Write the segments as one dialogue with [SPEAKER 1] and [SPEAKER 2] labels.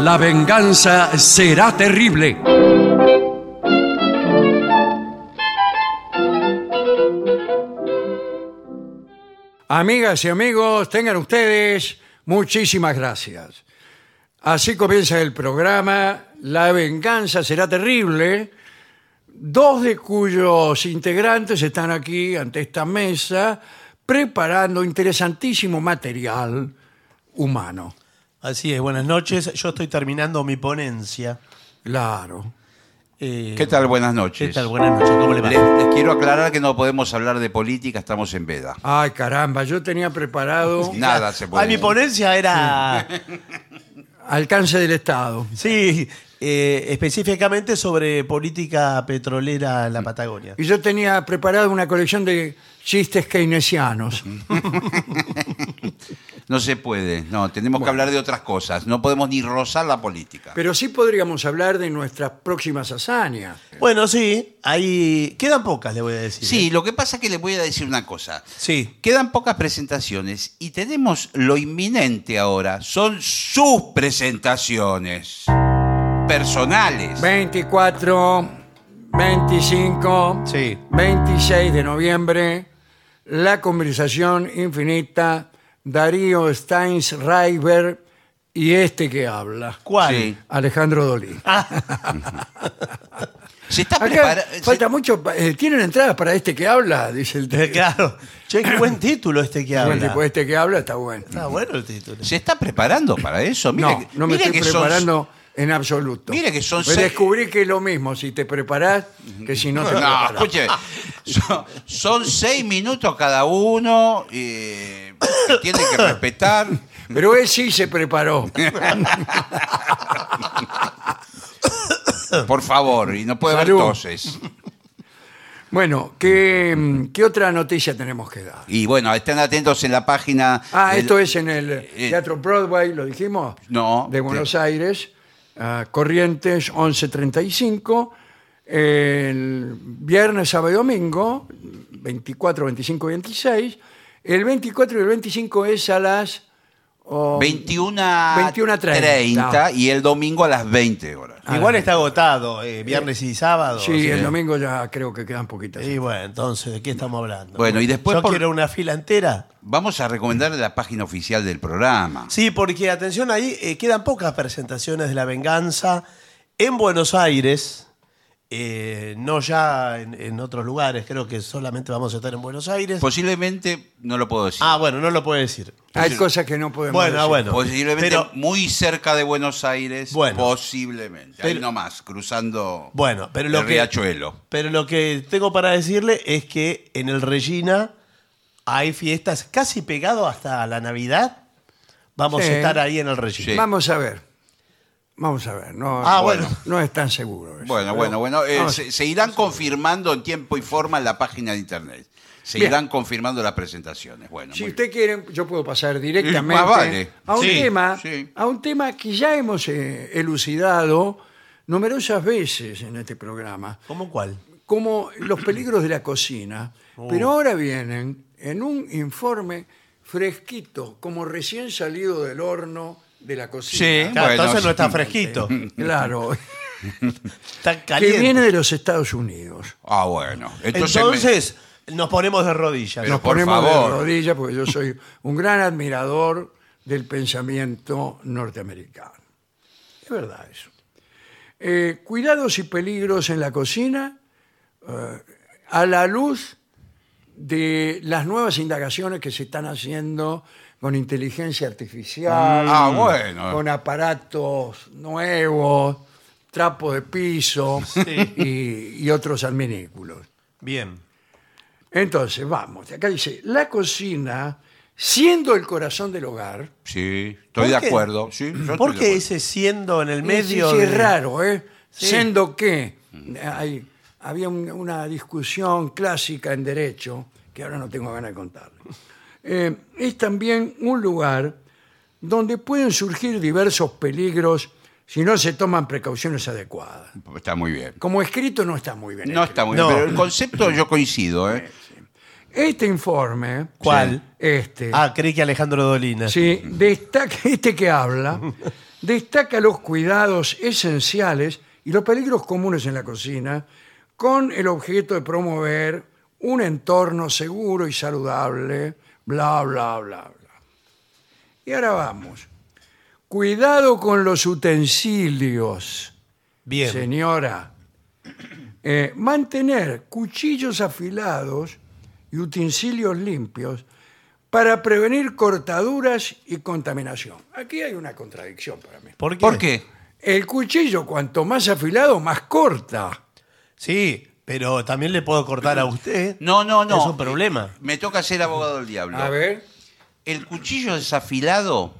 [SPEAKER 1] La venganza será terrible.
[SPEAKER 2] Amigas y amigos, tengan ustedes muchísimas gracias. Así comienza el programa La venganza será terrible, dos de cuyos integrantes están aquí ante esta mesa preparando interesantísimo material humano.
[SPEAKER 3] Así es, buenas noches. Yo estoy terminando mi ponencia.
[SPEAKER 2] Claro.
[SPEAKER 3] Eh,
[SPEAKER 4] ¿Qué tal? Buenas
[SPEAKER 3] ¿Qué
[SPEAKER 4] noches.
[SPEAKER 3] tal? Buenas noches, ¿cómo le va?
[SPEAKER 4] Les, les quiero aclarar que no podemos hablar de política, estamos en veda.
[SPEAKER 2] Ay, caramba, yo tenía preparado
[SPEAKER 4] Nada se puede.
[SPEAKER 3] Ay, Ah, mi ponencia era,
[SPEAKER 2] alcance del Estado.
[SPEAKER 3] sí, eh, específicamente sobre política petrolera en la Patagonia.
[SPEAKER 2] Y yo tenía preparado una colección de chistes keynesianos.
[SPEAKER 4] No se puede, no, tenemos que hablar de otras cosas. No podemos ni rozar la política.
[SPEAKER 2] Pero sí podríamos hablar de nuestras próximas hazañas.
[SPEAKER 3] Bueno, sí, ahí quedan pocas, le voy a decir.
[SPEAKER 4] Sí,
[SPEAKER 3] ¿eh?
[SPEAKER 4] lo que pasa es que les voy a decir una cosa.
[SPEAKER 3] Sí.
[SPEAKER 4] Quedan pocas presentaciones y tenemos lo inminente ahora. Son sus presentaciones personales.
[SPEAKER 2] 24, 25,
[SPEAKER 3] Sí.
[SPEAKER 2] 26 de noviembre, la conversación infinita, Darío Steins Reiber y este que habla,
[SPEAKER 3] ¿Cuál? Ah,
[SPEAKER 4] Sí.
[SPEAKER 2] Alejandro Dolí.
[SPEAKER 4] Se está
[SPEAKER 2] Acá
[SPEAKER 4] preparando.
[SPEAKER 2] falta mucho, pa- eh, ¿tienen entradas para este que habla? Dice el
[SPEAKER 3] Eh, Claro. Che, qué buen título este que
[SPEAKER 2] Bueno,
[SPEAKER 3] habla.
[SPEAKER 2] tipo, este que habla está bueno.
[SPEAKER 3] Está bueno el título.
[SPEAKER 4] Se está preparando para eso. Mire,
[SPEAKER 2] no, no me
[SPEAKER 4] mire
[SPEAKER 2] estoy
[SPEAKER 4] que son-
[SPEAKER 2] preparando en absoluto.
[SPEAKER 4] Mire que son
[SPEAKER 2] Pues
[SPEAKER 4] seis-
[SPEAKER 2] descubrí que es lo mismo si te preparás que si no te
[SPEAKER 4] No,
[SPEAKER 2] preparás.
[SPEAKER 4] escuche. Son, son seis minutos cada uno. eh, que tiene que respetar.
[SPEAKER 2] Pero él sí se preparó.
[SPEAKER 4] Por favor, y no puede haber
[SPEAKER 2] Salud.
[SPEAKER 4] toses.
[SPEAKER 2] Bueno, ¿qué, mm, qué otra noticia tenemos que dar?
[SPEAKER 4] Y bueno, estén atentos en la página.
[SPEAKER 2] Ah,
[SPEAKER 4] del-
[SPEAKER 2] esto es en el Teatro Broadway, ¿lo dijimos?
[SPEAKER 4] eh, No.
[SPEAKER 2] De Buenos
[SPEAKER 4] Sí.
[SPEAKER 2] Aires, ah, Corrientes 1135, el viernes, sábado y domingo, 24, 25 y 26. El 24 y el 25 es a las... oh,
[SPEAKER 4] 21
[SPEAKER 2] 21:30.
[SPEAKER 4] 30, y el domingo a las 20 horas.
[SPEAKER 3] Igual está agotado, eh, viernes y sábado.
[SPEAKER 2] Sí, el domingo ya creo que quedan poquitas.
[SPEAKER 3] Y bueno, entonces, ¿de qué estamos hablando?
[SPEAKER 4] Bueno, y después
[SPEAKER 3] ¿Yo
[SPEAKER 4] por-
[SPEAKER 3] quiero una fila entera?
[SPEAKER 4] Vamos a recomendar la página oficial del programa.
[SPEAKER 3] Sí, porque atención ahí, eh, quedan pocas presentaciones de la venganza en Buenos Aires, eh, no ya en, en otros lugares, creo que solamente vamos a estar en Buenos Aires.
[SPEAKER 4] Pues Posiblemente, no lo puedo decir.
[SPEAKER 3] ah, bueno, no lo puede decir.
[SPEAKER 2] Hay cosas que no podemos
[SPEAKER 3] Bueno, ah,
[SPEAKER 2] decir.
[SPEAKER 3] bueno.
[SPEAKER 4] Posiblemente
[SPEAKER 3] Pero,
[SPEAKER 4] muy cerca de Buenos Aires.
[SPEAKER 3] Bueno.
[SPEAKER 4] posiblemente. Ahí
[SPEAKER 3] Pero-
[SPEAKER 4] nomás, cruzando
[SPEAKER 3] bueno, pero
[SPEAKER 4] el
[SPEAKER 3] lo, que,
[SPEAKER 4] riachuelo.
[SPEAKER 3] pero lo que tengo para decirle es que en el Regina hay fiestas casi pegado hasta la Navidad. Vamos
[SPEAKER 2] Sí.
[SPEAKER 3] a estar ahí en el Regina.
[SPEAKER 4] Sí.
[SPEAKER 2] Vamos a ver. Vamos a ver. No,
[SPEAKER 3] Ah, bueno.
[SPEAKER 2] No es tan seguro. eso.
[SPEAKER 4] Bueno, bueno, bueno. eh,
[SPEAKER 2] vamos.
[SPEAKER 4] se, se irán confirmando en tiempo y forma en la página de internet. Se
[SPEAKER 2] Bien.
[SPEAKER 4] irán confirmando las presentaciones. Bueno,
[SPEAKER 2] Si
[SPEAKER 4] muy Mm,
[SPEAKER 2] usted quiere, yo puedo pasar directamente
[SPEAKER 4] Más vale.
[SPEAKER 2] a, un
[SPEAKER 4] Sí,
[SPEAKER 2] tema,
[SPEAKER 4] sí.
[SPEAKER 2] a un tema que ya hemos eh, elucidado numerosas veces en este programa,
[SPEAKER 3] ¿Cómo cuál?
[SPEAKER 2] como los peligros de la cocina.
[SPEAKER 4] Oh.
[SPEAKER 2] Pero ahora vienen en un informe fresquito, como recién salido del horno de la cocina.
[SPEAKER 4] Sí.
[SPEAKER 3] Claro,
[SPEAKER 4] Bueno,
[SPEAKER 3] entonces no
[SPEAKER 4] sí.
[SPEAKER 3] está fresquito,
[SPEAKER 2] Claro,
[SPEAKER 3] está
[SPEAKER 2] que
[SPEAKER 3] caliente.
[SPEAKER 2] viene de los Estados Unidos.
[SPEAKER 4] bien. Ah, bueno. Entonces,
[SPEAKER 3] Entonces, nos ponemos de rodillas.
[SPEAKER 4] Pero
[SPEAKER 2] Nos
[SPEAKER 4] por
[SPEAKER 2] ponemos
[SPEAKER 4] favor.
[SPEAKER 2] de rodillas porque yo soy un gran admirador del pensamiento norteamericano. Es verdad eso. Eh, cuidados y peligros en la cocina eh, a la luz de las nuevas indagaciones que se están haciendo con inteligencia artificial,
[SPEAKER 4] Ah, bueno.
[SPEAKER 2] con aparatos nuevos, trapos de piso y, y otros adminículos.
[SPEAKER 3] Bien.
[SPEAKER 2] Entonces, vamos, acá dice, la cocina, siendo el corazón del hogar,
[SPEAKER 4] sí,
[SPEAKER 3] ¿Por
[SPEAKER 4] estoy de
[SPEAKER 3] qué?
[SPEAKER 4] acuerdo. Sí, yo
[SPEAKER 3] ¿Por
[SPEAKER 4] estoy de
[SPEAKER 3] qué
[SPEAKER 4] acuerdo.
[SPEAKER 3] ese siendo en el
[SPEAKER 2] medio
[SPEAKER 3] medio?
[SPEAKER 2] es
[SPEAKER 3] de-
[SPEAKER 2] raro, ¿eh?
[SPEAKER 3] Sí. Mm.
[SPEAKER 2] Siendo que hay- había un- una discusión clásica en derecho, que ahora no tengo ganas de contarle, Eh, es también un lugar donde pueden surgir diversos peligros si no se toman precauciones adecuadas.
[SPEAKER 4] Está muy bien.
[SPEAKER 2] Como escrito no está muy bien.
[SPEAKER 4] No
[SPEAKER 2] escrito.
[SPEAKER 4] está muy bien.
[SPEAKER 3] No.
[SPEAKER 4] Pero el concepto yo coincido, ¿eh?
[SPEAKER 2] Este informe...
[SPEAKER 3] ¿Cuál?
[SPEAKER 2] Este,
[SPEAKER 3] Ah, creí que Alejandro Dolina.
[SPEAKER 2] Sí, destaca este que habla, destaca los cuidados esenciales y los peligros comunes en la cocina con el objeto de promover un entorno seguro y saludable, bla, bla, bla, bla. Y ahora vamos. Cuidado con los utensilios.
[SPEAKER 3] Bien.
[SPEAKER 2] Señora, eh, mantener cuchillos afilados y utensilios limpios para prevenir cortaduras y contaminación. Aquí hay una contradicción para mí.
[SPEAKER 3] ¿Por qué?
[SPEAKER 4] ¿Por qué?
[SPEAKER 2] El cuchillo, cuanto más afilado, más corta.
[SPEAKER 3] Sí, pero también le puedo cortar a usted.
[SPEAKER 4] No, no, no.
[SPEAKER 3] Es un problema.
[SPEAKER 4] Me toca ser abogado del diablo.
[SPEAKER 2] A ver,
[SPEAKER 4] El cuchillo desafilado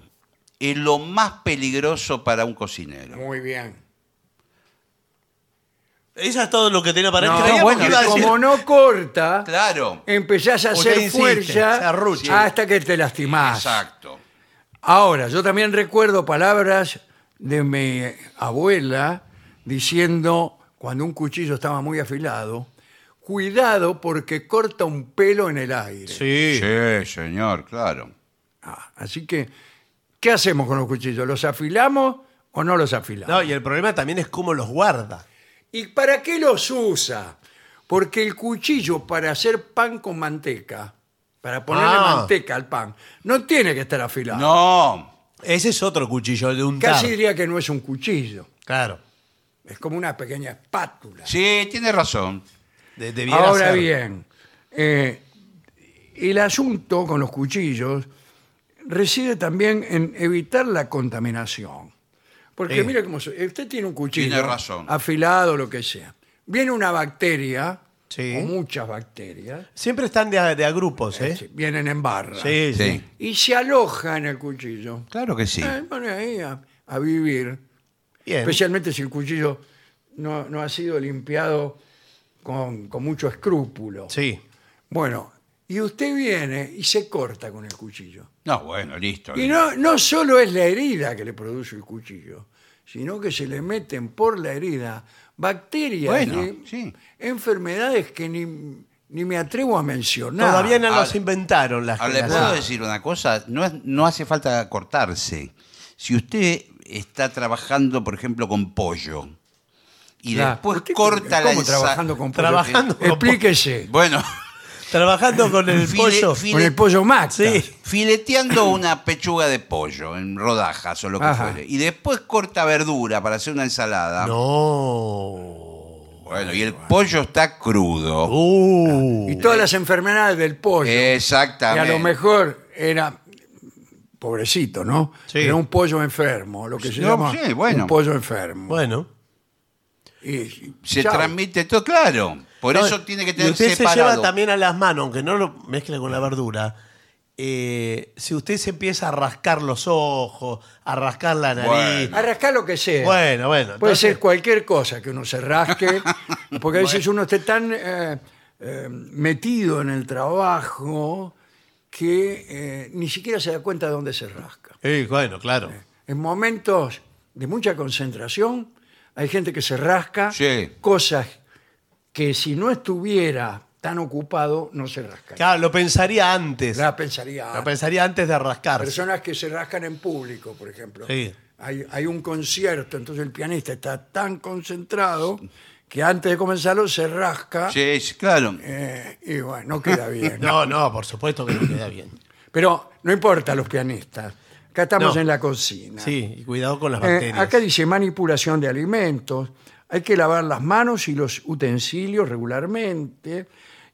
[SPEAKER 4] es lo más peligroso para un cocinero.
[SPEAKER 2] muy bien.
[SPEAKER 3] Eso es todo lo que tenía para
[SPEAKER 4] No,
[SPEAKER 3] entregar.
[SPEAKER 4] bueno,
[SPEAKER 3] porque iba a decir-
[SPEAKER 2] Como no corta,
[SPEAKER 4] Claro,
[SPEAKER 2] empezás a
[SPEAKER 3] Usted
[SPEAKER 2] hacer
[SPEAKER 3] insiste, se
[SPEAKER 2] fuerza
[SPEAKER 3] arrucha.
[SPEAKER 2] hasta que te lastimás.
[SPEAKER 4] exacto.
[SPEAKER 2] Ahora, yo también recuerdo palabras de mi abuela diciendo, cuando un cuchillo estaba muy afilado, cuidado porque corta un pelo en el aire.
[SPEAKER 3] Sí.
[SPEAKER 4] Sí, señor, claro.
[SPEAKER 2] Ah, así que, ¿qué hacemos con los cuchillos? ¿Los afilamos o no los afilamos?
[SPEAKER 3] No, y el problema también es cómo los guarda.
[SPEAKER 2] ¿Y para qué los usa? Porque el cuchillo para hacer pan con manteca, para ponerle
[SPEAKER 3] Ah.
[SPEAKER 2] manteca al pan, no tiene que estar afilado.
[SPEAKER 4] No,
[SPEAKER 3] Ese es otro cuchillo de un
[SPEAKER 2] Casi diría que no es un cuchillo,
[SPEAKER 3] Claro.
[SPEAKER 2] es como una pequeña espátula.
[SPEAKER 4] sí, tiene razón.
[SPEAKER 3] De- debiera
[SPEAKER 2] Ahora
[SPEAKER 3] ser.
[SPEAKER 2] bien, eh, el asunto con los cuchillos reside también en evitar la contaminación. Porque
[SPEAKER 3] Sí.
[SPEAKER 2] mire cómo... se- Usted tiene un cuchillo
[SPEAKER 4] Tiene razón.
[SPEAKER 2] afilado, lo que sea. Viene una bacteria,
[SPEAKER 3] Sí.
[SPEAKER 2] o muchas bacterias,
[SPEAKER 3] Siempre están de a, de a grupos, ¿eh?
[SPEAKER 2] Sí, vienen en barra.
[SPEAKER 3] Sí, sí.
[SPEAKER 4] Sí.
[SPEAKER 2] Y se aloja en el cuchillo.
[SPEAKER 4] Claro que sí.
[SPEAKER 2] Eh, pone ahí a, a vivir.
[SPEAKER 3] Bien.
[SPEAKER 2] Especialmente si el cuchillo no, no ha sido limpiado con, con mucho escrúpulo.
[SPEAKER 3] Sí.
[SPEAKER 2] Bueno, y usted viene y se corta con el cuchillo.
[SPEAKER 4] No, bueno, listo.
[SPEAKER 2] Y no, no solo es la herida que le produce el cuchillo, sino que se le meten por la herida bacterias,
[SPEAKER 4] Bueno,
[SPEAKER 2] y
[SPEAKER 4] sí.
[SPEAKER 2] enfermedades que ni, ni me atrevo a mencionar.
[SPEAKER 3] Todavía no
[SPEAKER 4] ahora-
[SPEAKER 3] los inventaron las
[SPEAKER 4] Ahora, ¿le
[SPEAKER 3] generaciones.
[SPEAKER 4] puedo decir una cosa? No, es- no hace falta cortarse. Si usted está trabajando, por ejemplo, con pollo y
[SPEAKER 2] Claro.
[SPEAKER 4] después
[SPEAKER 2] ¿Usted
[SPEAKER 4] corta la
[SPEAKER 2] ¿Cómo
[SPEAKER 4] ensa-
[SPEAKER 2] trabajando con pollo?
[SPEAKER 3] Trabajando con
[SPEAKER 2] Explíquese.
[SPEAKER 4] Bueno,
[SPEAKER 3] Trabajando con el
[SPEAKER 4] File-
[SPEAKER 3] pollo.
[SPEAKER 4] file-
[SPEAKER 2] Con el pollo max.
[SPEAKER 3] Sí.
[SPEAKER 4] fileteando una pechuga de pollo en rodajas o lo que
[SPEAKER 2] Ajá.
[SPEAKER 4] fuere. Y después corta verdura para hacer una ensalada.
[SPEAKER 3] No.
[SPEAKER 4] Bueno, y el pollo está crudo.
[SPEAKER 3] Uh.
[SPEAKER 2] Y todas las enfermedades del pollo. que a
[SPEAKER 4] Exactamente.
[SPEAKER 2] lo mejor era pobrecito, ¿no?
[SPEAKER 3] Sí.
[SPEAKER 2] Era un pollo enfermo, lo que se
[SPEAKER 4] No,
[SPEAKER 2] llama
[SPEAKER 4] sí, bueno.
[SPEAKER 2] un pollo enfermo.
[SPEAKER 3] Bueno.
[SPEAKER 2] Y-
[SPEAKER 4] Se
[SPEAKER 2] chao.
[SPEAKER 4] transmite todo, claro. Por
[SPEAKER 3] No,
[SPEAKER 4] eso tiene que
[SPEAKER 3] y
[SPEAKER 4] tener
[SPEAKER 3] usted se
[SPEAKER 4] separado.
[SPEAKER 3] lleva también a las manos, aunque no lo mezcle con la verdura. eh, si usted se empieza a rascar los ojos, a rascar la nariz.
[SPEAKER 2] A rascar lo que sea.
[SPEAKER 3] Bueno, bueno.
[SPEAKER 2] Puede
[SPEAKER 3] entonces-
[SPEAKER 2] ser cualquier cosa que uno se rasque, porque a veces uno está tan eh, eh, metido en el trabajo que eh, ni siquiera se da cuenta de dónde se rasca.
[SPEAKER 3] Sí, bueno, claro.
[SPEAKER 2] En momentos de mucha concentración, hay gente que se rasca
[SPEAKER 4] Sí.
[SPEAKER 2] cosas que si no estuviera tan ocupado, no se rascaría.
[SPEAKER 3] Claro, lo pensaría antes.
[SPEAKER 2] La pensaría.
[SPEAKER 3] Lo pensaría antes de rascar.
[SPEAKER 2] Personas que se rascan en público, por ejemplo.
[SPEAKER 3] Sí.
[SPEAKER 2] Hay, hay un concierto, entonces el pianista está tan concentrado que antes de comenzarlo se rasca
[SPEAKER 4] Sí, sí, claro.
[SPEAKER 2] eh, y bueno, no queda bien.
[SPEAKER 3] No, no, por supuesto que no queda bien.
[SPEAKER 2] Pero no importa los pianistas. Acá estamos
[SPEAKER 3] No.
[SPEAKER 2] en la cocina.
[SPEAKER 3] Sí, y cuidado con las
[SPEAKER 2] Eh,
[SPEAKER 3] bacterias.
[SPEAKER 2] acá dice manipulación de alimentos. Hay que lavar las manos y los utensilios regularmente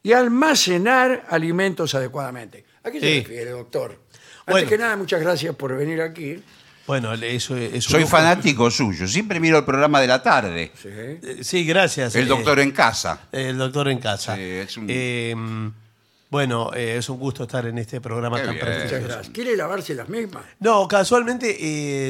[SPEAKER 2] y almacenar alimentos adecuadamente. ¿A qué se
[SPEAKER 3] Sí.
[SPEAKER 2] refiere, doctor? Antes
[SPEAKER 3] Bueno.
[SPEAKER 2] que nada, muchas gracias por venir aquí.
[SPEAKER 3] Bueno, eso es. es un
[SPEAKER 4] Soy
[SPEAKER 3] lujo.
[SPEAKER 4] fanático suyo. Siempre miro el programa de la tarde.
[SPEAKER 2] Sí.
[SPEAKER 3] Eh, Sí, gracias.
[SPEAKER 4] El
[SPEAKER 3] eh,
[SPEAKER 4] doctor en casa.
[SPEAKER 3] El doctor en casa.
[SPEAKER 4] Sí, es un-
[SPEAKER 3] Eh, bueno, eh, es un gusto estar en este programa
[SPEAKER 4] Qué
[SPEAKER 3] tan
[SPEAKER 4] bien.
[SPEAKER 2] Muchas
[SPEAKER 3] prestigioso.
[SPEAKER 2] gracias. ¿Quiere lavarse las mismas?
[SPEAKER 3] No, casualmente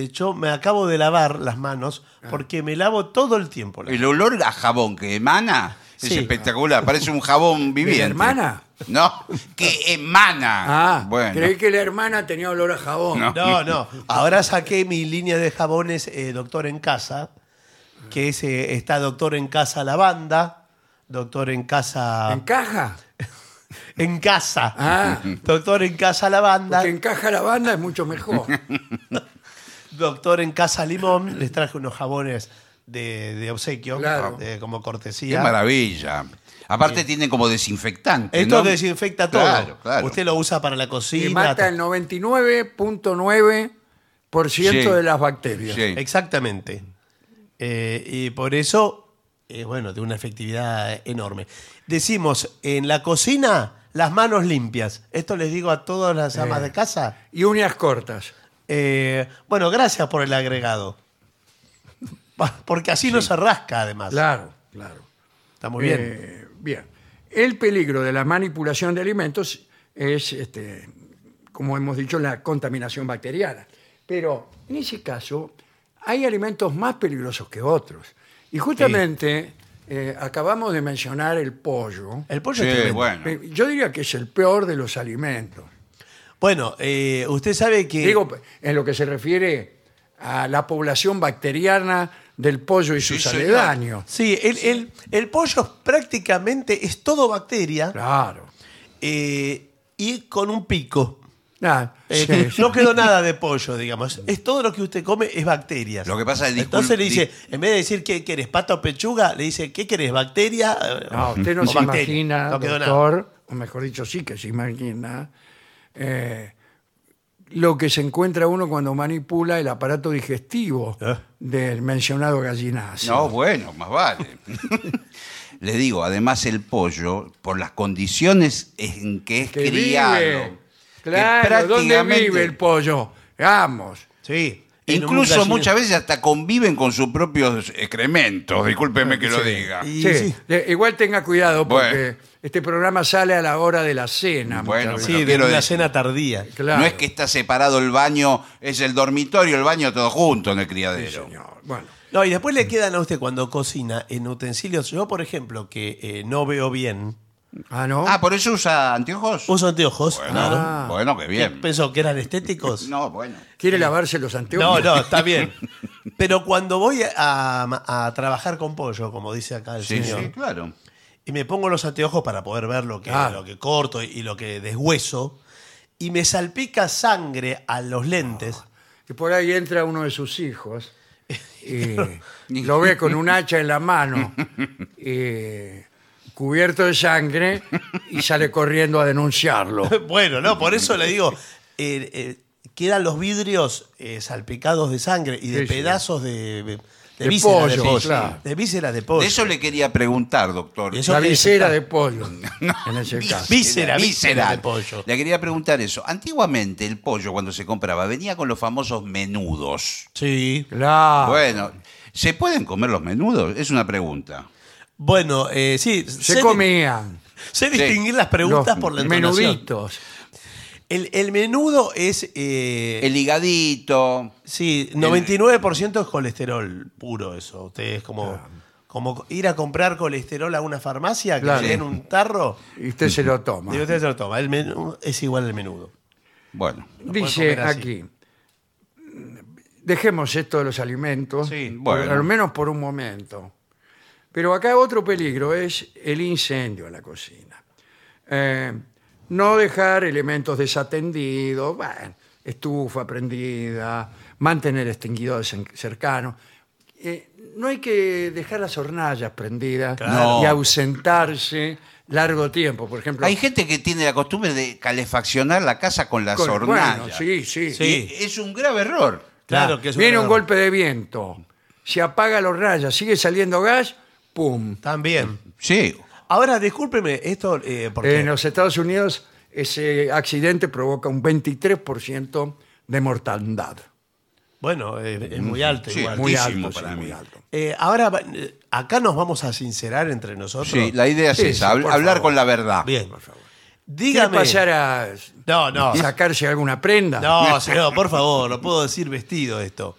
[SPEAKER 3] eh, yo me acabo de lavar las manos
[SPEAKER 4] Ah.
[SPEAKER 3] porque me lavo todo el tiempo. las-
[SPEAKER 4] El olor a jabón que emana es
[SPEAKER 3] Sí.
[SPEAKER 4] espectacular. Parece un jabón viviente.
[SPEAKER 2] hermana?
[SPEAKER 4] No, que emana.
[SPEAKER 2] Ah,
[SPEAKER 4] bueno.
[SPEAKER 2] creí que la hermana tenía olor a jabón.
[SPEAKER 4] No.
[SPEAKER 3] No, no. Ahora saqué mi línea de jabones eh, Doctor en Casa, que es, eh, está Doctor en Casa Lavanda, Doctor en Casa...
[SPEAKER 2] ¿Encaja?
[SPEAKER 3] En Casa.
[SPEAKER 2] Ah.
[SPEAKER 3] Doctor en Casa Lavanda,
[SPEAKER 2] Porque encaja la banda es mucho mejor.
[SPEAKER 3] doctor en Casa Limón les traje unos jabones de, de obsequio,
[SPEAKER 2] Claro.
[SPEAKER 3] eh, como
[SPEAKER 4] Qué
[SPEAKER 3] cortesía.
[SPEAKER 4] maravilla. Aparte tienen como desinfectante.
[SPEAKER 3] Esto
[SPEAKER 4] ¿no?
[SPEAKER 3] desinfecta todo.
[SPEAKER 4] Claro, claro.
[SPEAKER 3] Usted lo usa para la
[SPEAKER 2] Y
[SPEAKER 3] cocina.
[SPEAKER 2] mata el 99.9%
[SPEAKER 4] Sí.
[SPEAKER 2] de las bacterias.
[SPEAKER 4] Sí.
[SPEAKER 3] Exactamente. Eh, y por eso, eh, bueno, de una efectividad enorme. Decimos, en la cocina, las manos limpias. Esto les digo a todas
[SPEAKER 2] Eh.
[SPEAKER 3] las amas de casa.
[SPEAKER 2] Y uñas cortas.
[SPEAKER 3] Eh, bueno, gracias por el agregado. Pa- Porque así no se rasca, además.
[SPEAKER 2] Claro, claro.
[SPEAKER 3] Está muy bien.
[SPEAKER 2] Eh, bien. El peligro de la manipulación de alimentos es, este, como hemos dicho, la contaminación bacteriana. Pero en ese caso, hay alimentos más peligrosos que otros. Y justamente eh, acabamos de mencionar el pollo.
[SPEAKER 3] el pollo
[SPEAKER 4] Sí,
[SPEAKER 3] es tremendo.
[SPEAKER 4] bueno.
[SPEAKER 2] Eh, Yo diría que es el peor de los alimentos.
[SPEAKER 3] Bueno, eh, usted sabe que.
[SPEAKER 2] Digo, en lo que se refiere a la población bacteriana del pollo y
[SPEAKER 4] Sí,
[SPEAKER 2] sus
[SPEAKER 4] señor.
[SPEAKER 2] aledaños.
[SPEAKER 3] sí, el, el- el pollo prácticamente es todo bacteria
[SPEAKER 2] Claro.
[SPEAKER 3] eh, y con un pico.
[SPEAKER 2] Ah,
[SPEAKER 3] Eh,
[SPEAKER 2] sí, sí.
[SPEAKER 3] No quedó nada de pollo, digamos. Es todo lo que usted come es bacterias.
[SPEAKER 4] Lo que pasa es, discul-
[SPEAKER 3] Entonces le dice,
[SPEAKER 4] di-
[SPEAKER 3] en vez de decir qué querés, pata o pechuga, le dice, ¿qué querés? ¿Bacteria? eh,
[SPEAKER 2] No, Ah, usted no
[SPEAKER 3] o
[SPEAKER 2] se
[SPEAKER 3] bacteria?
[SPEAKER 2] imagina,
[SPEAKER 3] No quedó nada.
[SPEAKER 2] doctor, o mejor dicho, sí que se imagina, eh, lo que se encuentra uno cuando manipula el aparato digestivo
[SPEAKER 3] ¿Eh?
[SPEAKER 2] del mencionado gallinazo.
[SPEAKER 4] No, bueno, más vale. Le digo, además el pollo, por las condiciones en que es
[SPEAKER 2] que
[SPEAKER 4] criado,
[SPEAKER 2] vive.
[SPEAKER 4] que
[SPEAKER 2] Claro, ¿dónde
[SPEAKER 4] prácticamente-
[SPEAKER 2] vive el pollo? Vamos.
[SPEAKER 3] Sí. en un
[SPEAKER 4] Incluso
[SPEAKER 3] gallin-
[SPEAKER 4] muchas veces hasta conviven con sus propios excrementos, discúlpeme que lo diga.
[SPEAKER 3] Y
[SPEAKER 2] Sí,
[SPEAKER 3] sí.
[SPEAKER 2] eh, Igual tenga cuidado porque
[SPEAKER 4] Bueno.
[SPEAKER 2] este programa sale a la hora de la cena. muchas
[SPEAKER 4] Bueno,
[SPEAKER 2] veces.
[SPEAKER 4] pero
[SPEAKER 3] Sí, de
[SPEAKER 4] quiero
[SPEAKER 3] una
[SPEAKER 4] decir-
[SPEAKER 3] cena tardía.
[SPEAKER 2] claro.
[SPEAKER 4] No es que está separado el baño, es el dormitorio, el baño todo junto en el criadero.
[SPEAKER 2] Señor, Bueno,
[SPEAKER 3] No, y después le quedan a usted cuando cocina en utensilios. Yo, por ejemplo, que eh, no veo bien,
[SPEAKER 2] ah, no.
[SPEAKER 4] ah, por eso usa anteojos.
[SPEAKER 3] uso anteojos.
[SPEAKER 4] bueno,
[SPEAKER 3] claro.
[SPEAKER 2] Ah.
[SPEAKER 4] bueno, qué
[SPEAKER 3] ¿Qué
[SPEAKER 4] bien.
[SPEAKER 3] pensó que eran estéticos?
[SPEAKER 4] No, bueno.
[SPEAKER 2] ¿Quiere lavarse los
[SPEAKER 3] No,
[SPEAKER 2] anteojos?
[SPEAKER 3] no, está bien. Pero cuando voy a, a trabajar con pollo, como dice acá el
[SPEAKER 4] Sí,
[SPEAKER 3] señor,
[SPEAKER 4] sí, claro.
[SPEAKER 3] y me pongo los anteojos para poder ver lo que,
[SPEAKER 2] Ah.
[SPEAKER 3] lo que corto y lo que deshueso, y me salpica sangre a los lentes.
[SPEAKER 2] que por ahí entra uno de sus hijos y lo ve con un hacha en la mano eh, cubierto de sangre y sale corriendo a denunciarlo.
[SPEAKER 3] bueno, no, por eso le digo, eh, eh, quedan los vidrios eh, salpicados de sangre y de
[SPEAKER 2] Sí, sí.
[SPEAKER 3] pedazos de, de,
[SPEAKER 2] De
[SPEAKER 3] vísceras de
[SPEAKER 2] pollo,
[SPEAKER 3] pollo.
[SPEAKER 2] claro.
[SPEAKER 3] De vísceras de
[SPEAKER 4] De
[SPEAKER 3] pollo.
[SPEAKER 4] eso le quería preguntar, doctor.
[SPEAKER 3] Y eso
[SPEAKER 2] La
[SPEAKER 3] que
[SPEAKER 2] visera
[SPEAKER 3] está-
[SPEAKER 2] de pollo, en ese caso.
[SPEAKER 3] Víscera, víscera de
[SPEAKER 4] visceral.
[SPEAKER 3] pollo.
[SPEAKER 4] Le quería preguntar eso. Antiguamente el pollo, cuando se compraba, venía con los famosos menudos.
[SPEAKER 3] Sí.
[SPEAKER 2] Claro.
[SPEAKER 4] Bueno, ¿se pueden comer los menudos? Es una pregunta.
[SPEAKER 3] Bueno, eh, sí.
[SPEAKER 2] Se
[SPEAKER 3] sé-
[SPEAKER 2] comían
[SPEAKER 3] Sé distinguir las preguntas
[SPEAKER 2] los
[SPEAKER 3] por la entonación.
[SPEAKER 2] menuditos.
[SPEAKER 3] El, el menudo es... eh,
[SPEAKER 4] El higadito.
[SPEAKER 3] Sí, 99% es colesterol puro eso. Usted es como, como ir a comprar colesterol a una farmacia que
[SPEAKER 2] Claro.
[SPEAKER 3] le den un tarro
[SPEAKER 2] Y usted se lo toma.
[SPEAKER 3] y usted se lo toma. El menú es igual al menudo.
[SPEAKER 4] Bueno,
[SPEAKER 2] Dice
[SPEAKER 3] comer así.
[SPEAKER 2] aquí, dejemos esto de los alimentos,
[SPEAKER 3] Sí,
[SPEAKER 2] por-
[SPEAKER 4] bueno.
[SPEAKER 2] al menos por un momento. Pero acá otro peligro es el incendio en la cocina. Eh, no dejar elementos desatendidos, bueno, estufa prendida, mantener extinguidores en- cercanos. Eh, no hay que dejar las hornallas prendidas
[SPEAKER 4] Claro.
[SPEAKER 2] y ausentarse largo tiempo. Por ejemplo,
[SPEAKER 4] hay gente que tiene la costumbre de calefaccionar la casa con las
[SPEAKER 2] con- bueno,
[SPEAKER 4] hornallas.
[SPEAKER 2] sí, sí.
[SPEAKER 3] Sí.
[SPEAKER 4] Y Es un grave error.
[SPEAKER 3] Claro que es
[SPEAKER 2] Viene un
[SPEAKER 3] error.
[SPEAKER 2] golpe de viento, se apaga los rayas, sigue saliendo gas, ¡pum!
[SPEAKER 3] También.
[SPEAKER 4] Sí.
[SPEAKER 3] Ahora, discúlpeme, esto eh, porque
[SPEAKER 2] En los Estados Unidos ese accidente provoca un 23% de mortandad.
[SPEAKER 3] bueno, eh, es muy alto
[SPEAKER 4] Sí,
[SPEAKER 3] igual.
[SPEAKER 2] Muy
[SPEAKER 4] Altísimo
[SPEAKER 2] alto, Mm, sí,
[SPEAKER 4] para mí.
[SPEAKER 2] muy alto.
[SPEAKER 3] Eh, ahora, va- eh, acá nos vamos a sincerar entre nosotros.
[SPEAKER 4] Sí, la idea es
[SPEAKER 2] Sí,
[SPEAKER 4] esa,
[SPEAKER 2] sí,
[SPEAKER 4] hab-
[SPEAKER 2] por
[SPEAKER 4] hablar
[SPEAKER 2] favor.
[SPEAKER 4] con la verdad.
[SPEAKER 3] Bien.
[SPEAKER 2] ¿Quiere
[SPEAKER 3] Dígame.
[SPEAKER 2] pasar a
[SPEAKER 3] No, no.
[SPEAKER 2] sacarse alguna prenda?
[SPEAKER 3] No, señor, por favor, no puedo decir vestido esto.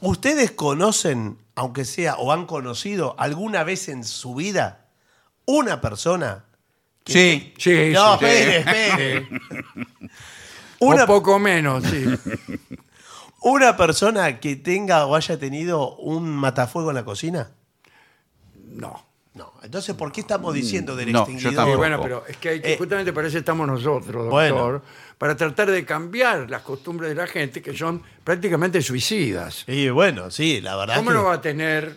[SPEAKER 3] ¿Ustedes conocen, aunque sea o han conocido alguna vez en su vida, una persona?
[SPEAKER 4] Sí.
[SPEAKER 2] Sí,
[SPEAKER 3] no,
[SPEAKER 2] sí.
[SPEAKER 3] espere, espere.
[SPEAKER 2] O
[SPEAKER 3] Una,
[SPEAKER 2] poco menos, sí.
[SPEAKER 3] una persona que tenga o haya tenido un matafuego en la cocina?
[SPEAKER 2] No.
[SPEAKER 3] No, entonces, ¿por qué estamos diciendo del
[SPEAKER 4] Mm, No, yo
[SPEAKER 3] extinguidor?
[SPEAKER 2] Sí,
[SPEAKER 4] tampoco.
[SPEAKER 2] bueno, pero es que, hay que-
[SPEAKER 3] Eh,
[SPEAKER 2] justamente para eso estamos nosotros, doctor,
[SPEAKER 3] Bueno.
[SPEAKER 2] para tratar de cambiar las costumbres de la gente que son prácticamente suicidas.
[SPEAKER 3] Y bueno, sí, la verdad
[SPEAKER 2] ¿Cómo
[SPEAKER 3] que...
[SPEAKER 2] no va a tener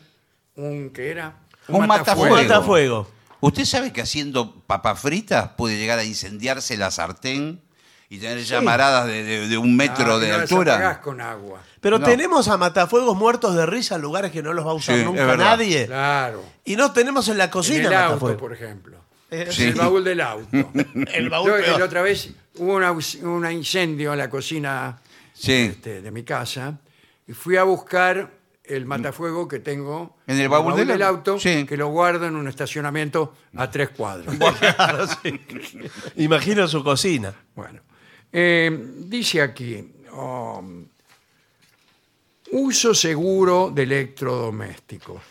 [SPEAKER 2] un Ah, que era
[SPEAKER 4] Un matafuego.
[SPEAKER 3] Un matafuego.
[SPEAKER 4] ¿Usted sabe que haciendo papas fritas puede llegar a incendiarse la sartén y tener llamaradas de, de- de un metro
[SPEAKER 2] Ah, y
[SPEAKER 4] de
[SPEAKER 2] no las apagás
[SPEAKER 4] altura?
[SPEAKER 2] con agua.
[SPEAKER 3] Pero
[SPEAKER 4] No.
[SPEAKER 3] tenemos a matafuegos muertos de risa, lugares que no los va a usar
[SPEAKER 4] Sí, es
[SPEAKER 3] nunca
[SPEAKER 4] verdad.
[SPEAKER 3] nadie.
[SPEAKER 2] Claro.
[SPEAKER 3] Y no tenemos en la cocina
[SPEAKER 2] en el auto,
[SPEAKER 3] matafuegos.
[SPEAKER 2] por ejemplo.
[SPEAKER 3] Eh,
[SPEAKER 4] Sí.
[SPEAKER 2] En el baúl del auto.
[SPEAKER 3] El baúl
[SPEAKER 2] Yo, eh,
[SPEAKER 3] peor.
[SPEAKER 2] la otra vez hubo una aus- un incendio en la cocina
[SPEAKER 4] Sí.
[SPEAKER 2] este, de mi casa y fui a buscar el matafuego que tengo
[SPEAKER 4] En el baúl del
[SPEAKER 2] del
[SPEAKER 4] auto.
[SPEAKER 2] auto,
[SPEAKER 4] Sí.
[SPEAKER 2] que lo guardo en un estacionamiento a tres cuadros.
[SPEAKER 3] Claro, sí. Imagino su cocina.
[SPEAKER 2] Bueno, eh, dice aquí, um, uso seguro de electrodomésticos.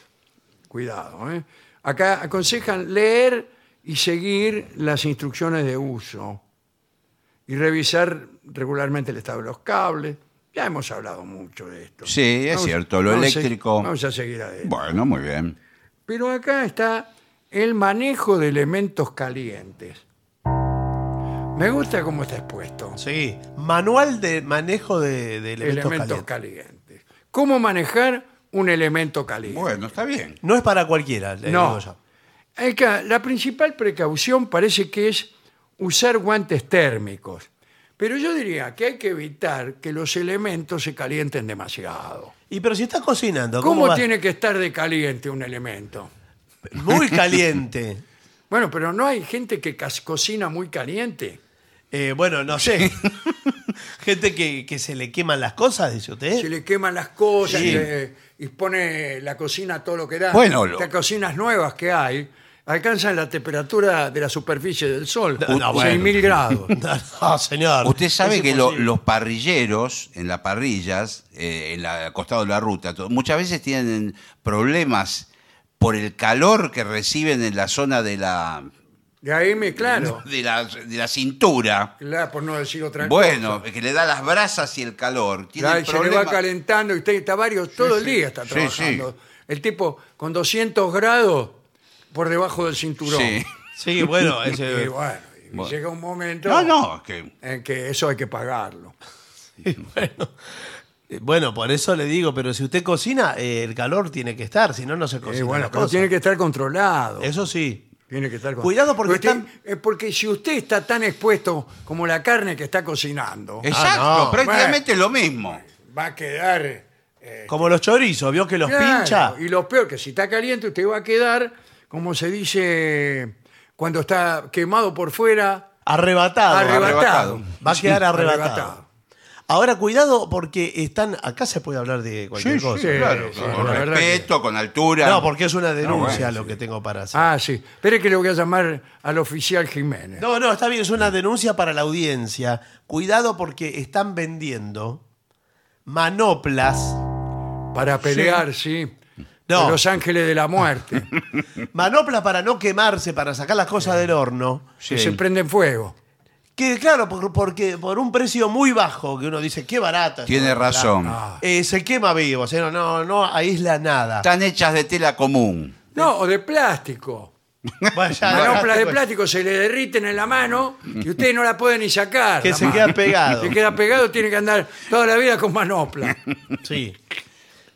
[SPEAKER 2] Cuidado, ¿eh? Acá aconsejan leer y seguir las instrucciones de uso y revisar regularmente el estado de los cables. Ya hemos hablado mucho de esto.
[SPEAKER 4] Sí, es cierto, lo
[SPEAKER 2] a se-
[SPEAKER 4] eléctrico-
[SPEAKER 2] vamos a seguir adelante.
[SPEAKER 4] Bueno, muy bien.
[SPEAKER 2] Pero acá está el manejo de elementos calientes. Me gusta cómo está expuesto.
[SPEAKER 3] Sí. Manual de manejo de, de elementos,
[SPEAKER 2] elementos,
[SPEAKER 3] calientes.
[SPEAKER 2] calientes. ¿Cómo manejar un elemento caliente?
[SPEAKER 4] Bueno, está bien.
[SPEAKER 3] No es para cualquiera, le digo
[SPEAKER 2] no.
[SPEAKER 3] yo.
[SPEAKER 2] Hay que- la principal precaución parece que es usar guantes térmicos. Pero yo diría que hay que evitar que los elementos se calienten demasiado.
[SPEAKER 3] Y pero si está cocinando, ¿cómo,
[SPEAKER 2] ¿Cómo,
[SPEAKER 3] va?
[SPEAKER 2] tiene que estar de caliente un elemento?
[SPEAKER 3] Muy caliente.
[SPEAKER 2] Bueno, pero no hay gente que cas- cocina muy caliente.
[SPEAKER 3] Eh, bueno, no sé. Gente que, que se le queman las cosas, dice usted.
[SPEAKER 2] Se le queman las cosas
[SPEAKER 4] Eh, Sí.
[SPEAKER 2] y, le- y pone la cocina todo lo que da.
[SPEAKER 4] Bueno, lo-
[SPEAKER 2] Las cocinas nuevas que hay alcanzan la temperatura de la superficie del sol,
[SPEAKER 3] No, no, bueno.
[SPEAKER 2] 6.000 grados.
[SPEAKER 3] No, no, señor.
[SPEAKER 4] Usted sabe
[SPEAKER 3] Es
[SPEAKER 4] que lo-
[SPEAKER 3] imposible.
[SPEAKER 4] los parrilleros en las parrillas, eh, en la al costado de la ruta, todo- muchas veces tienen problemas por el calor que reciben en la zona de la,
[SPEAKER 2] De ahí me, claro,
[SPEAKER 4] de la, de la cintura.
[SPEAKER 2] claro, por no decir otra
[SPEAKER 4] Bueno,
[SPEAKER 2] cosa.
[SPEAKER 4] que le da las brasas y el calor. Tiene
[SPEAKER 2] Claro, y se le va
[SPEAKER 4] problemas-
[SPEAKER 2] calentando y usted está varios, todo el
[SPEAKER 4] sí.
[SPEAKER 2] día está
[SPEAKER 4] Sí,
[SPEAKER 2] trabajando. El tipo con 200 grados por debajo del cinturón.
[SPEAKER 4] Sí.
[SPEAKER 3] Sí, bueno,
[SPEAKER 2] Y
[SPEAKER 3] ese-
[SPEAKER 2] bueno, y
[SPEAKER 4] Bueno.
[SPEAKER 2] llega un momento
[SPEAKER 4] No, no, que
[SPEAKER 2] en que eso hay que pagarlo.
[SPEAKER 3] bueno. Eh, Bueno, por eso le digo, pero si usted cocina, eh, el calor tiene que estar, si no, no se cocina.
[SPEAKER 2] Eh, bueno,
[SPEAKER 3] las
[SPEAKER 2] pero
[SPEAKER 3] cosas.
[SPEAKER 2] tiene que estar controlado.
[SPEAKER 3] Eso sí.
[SPEAKER 2] Tiene que estar con-
[SPEAKER 3] Cuidado porque
[SPEAKER 2] Usted-
[SPEAKER 3] están-
[SPEAKER 2] eh, porque si usted está tan expuesto como la carne que está cocinando,
[SPEAKER 4] Exacto,
[SPEAKER 3] Ah, no.
[SPEAKER 4] prácticamente lo mismo.
[SPEAKER 2] va a quedar. eh,
[SPEAKER 3] Como los chorizos, vio que los
[SPEAKER 2] claro,
[SPEAKER 3] pincha.
[SPEAKER 2] Y lo peor, que si está caliente, usted va a quedar, como se dice, cuando está quemado por fuera,
[SPEAKER 3] Arrebatado.
[SPEAKER 2] arrebatado.
[SPEAKER 4] arrebatado.
[SPEAKER 3] Va a quedar arrebatado.
[SPEAKER 2] Arrebatado.
[SPEAKER 3] Ahora, cuidado porque están. Acá se puede hablar de cualquier cosa.
[SPEAKER 2] sí.
[SPEAKER 4] claro,
[SPEAKER 2] sí,
[SPEAKER 4] con
[SPEAKER 2] la verdad
[SPEAKER 4] respeto, con altura.
[SPEAKER 3] No, porque es una denuncia lo que tengo para hacer.
[SPEAKER 2] Ah, sí. Espere que le voy a llamar al oficial Jiménez.
[SPEAKER 3] No, no, está bien, es una denuncia para la audiencia. Cuidado porque están vendiendo manoplas.
[SPEAKER 2] Para pelear, sí.
[SPEAKER 3] No.
[SPEAKER 2] con Los ángeles de la muerte.
[SPEAKER 3] Manoplas para no quemarse, para sacar las cosas del horno.
[SPEAKER 2] Que se prenden fuego.
[SPEAKER 3] Que claro, por- porque por un precio muy bajo, que uno dice, qué barata.
[SPEAKER 4] Tiene
[SPEAKER 3] esta manopla".
[SPEAKER 4] razón.
[SPEAKER 2] Ah.
[SPEAKER 3] Eh, se quema vivo, o sea, no, no, no aísla nada.
[SPEAKER 4] Están hechas de tela común.
[SPEAKER 2] No, o de plástico.
[SPEAKER 3] Bueno, ya-
[SPEAKER 2] manoplas de
[SPEAKER 3] pues.
[SPEAKER 2] plástico se le derriten en la mano y usted no la puede ni sacar.
[SPEAKER 3] Que
[SPEAKER 2] la
[SPEAKER 3] se
[SPEAKER 2] mano.
[SPEAKER 3] queda pegado.
[SPEAKER 2] Se queda pegado, tiene que andar toda la vida con manopla.
[SPEAKER 3] Sí.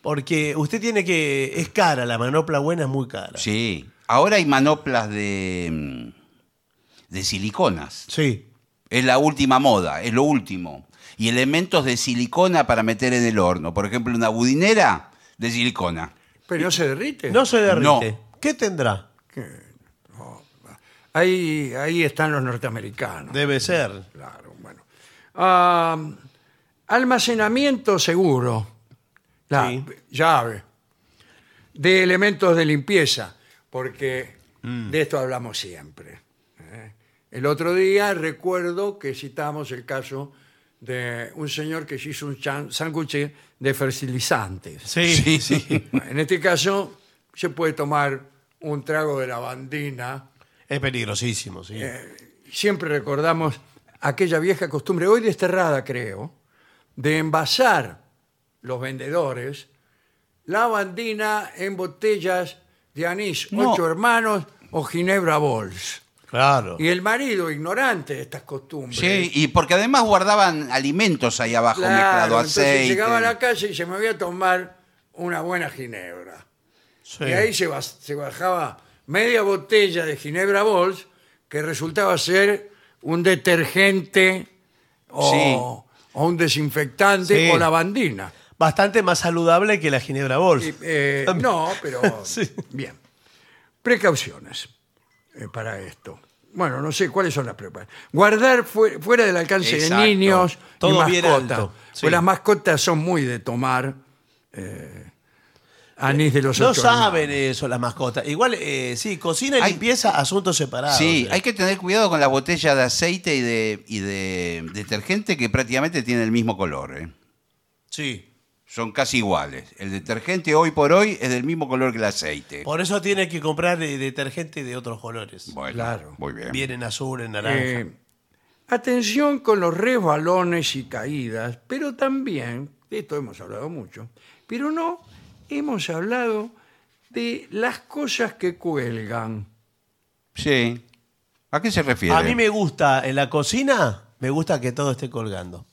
[SPEAKER 3] Porque usted tiene que. Es cara, la manopla buena es muy cara.
[SPEAKER 4] Sí. Ahora hay manoplas de, mm, de siliconas.
[SPEAKER 3] Sí.
[SPEAKER 4] Es la última moda, es lo último. Y elementos de silicona para meter en el horno. Por ejemplo, una budinera de silicona.
[SPEAKER 2] Pero no se derrite.
[SPEAKER 3] No se derrite.
[SPEAKER 4] No.
[SPEAKER 3] ¿Qué tendrá?
[SPEAKER 2] Ahí, ahí están los norteamericanos.
[SPEAKER 3] Debe ser.
[SPEAKER 2] Claro, bueno. Ah, almacenamiento seguro. La
[SPEAKER 3] Sí.
[SPEAKER 2] llave. De elementos de limpieza. Porque
[SPEAKER 3] Mm.
[SPEAKER 2] de esto hablamos siempre. ¿eh? El otro día recuerdo que citamos el caso de un señor que se hizo un chan- sándwich de fertilizantes.
[SPEAKER 3] Sí, sí.
[SPEAKER 2] En este caso, se puede tomar un trago de lavandina.
[SPEAKER 3] Es peligrosísimo, sí.
[SPEAKER 4] Eh,
[SPEAKER 2] siempre recordamos aquella vieja costumbre, hoy desterrada creo, de envasar los vendedores la bandina en botellas de anís,
[SPEAKER 4] No.
[SPEAKER 2] ocho hermanos o ginebra bols.
[SPEAKER 3] Claro.
[SPEAKER 2] Y el marido, ignorante de estas costumbres.
[SPEAKER 4] Sí, y porque además guardaban alimentos ahí abajo,
[SPEAKER 2] Claro,
[SPEAKER 4] mezclado
[SPEAKER 2] entonces
[SPEAKER 4] aceite.
[SPEAKER 2] llegaba a la casa y se me voy a tomar una buena ginebra.
[SPEAKER 3] Sí.
[SPEAKER 2] Y ahí se, bas- se bajaba media botella de Ginebra Bols, que resultaba ser un detergente o, o un desinfectante
[SPEAKER 3] Sí.
[SPEAKER 2] o lavandina.
[SPEAKER 3] Bastante más saludable que la Ginebra Wolf.
[SPEAKER 2] Y, eh, no, pero
[SPEAKER 3] Sí.
[SPEAKER 2] bien. Precauciones eh, para esto. Bueno, no sé cuáles son las precauciones. Guardar fue- fuera del alcance
[SPEAKER 4] Exacto.
[SPEAKER 2] de niños
[SPEAKER 3] Todo
[SPEAKER 2] y
[SPEAKER 3] bien
[SPEAKER 2] mascotas.
[SPEAKER 3] alto, sí.
[SPEAKER 2] Pues las mascotas son muy de tomar eh, anís de los
[SPEAKER 3] No
[SPEAKER 2] ocho hermanos.
[SPEAKER 3] saben eso las mascotas. Igual, eh, sí, cocina y
[SPEAKER 4] Hay-
[SPEAKER 3] limpieza, asuntos separados.
[SPEAKER 4] Sí,
[SPEAKER 3] Eh.
[SPEAKER 4] hay que tener cuidado con las botellas de aceite y de, y de detergente que prácticamente tienen el mismo color. ¿eh?
[SPEAKER 3] Sí.
[SPEAKER 4] Son casi iguales. El detergente hoy por hoy es del mismo color que el aceite.
[SPEAKER 3] Por eso tiene que comprar eh, detergente de otros colores.
[SPEAKER 4] Bueno,
[SPEAKER 2] Claro.
[SPEAKER 4] muy bien.
[SPEAKER 3] Bien en azul, en naranja.
[SPEAKER 2] Eh, atención con los resbalones y caídas, pero también, de esto hemos hablado mucho, pero no hemos hablado de las cosas que cuelgan.
[SPEAKER 4] Sí. ¿A qué se refiere?
[SPEAKER 3] A mí me gusta, en la cocina, me gusta que todo esté colgando.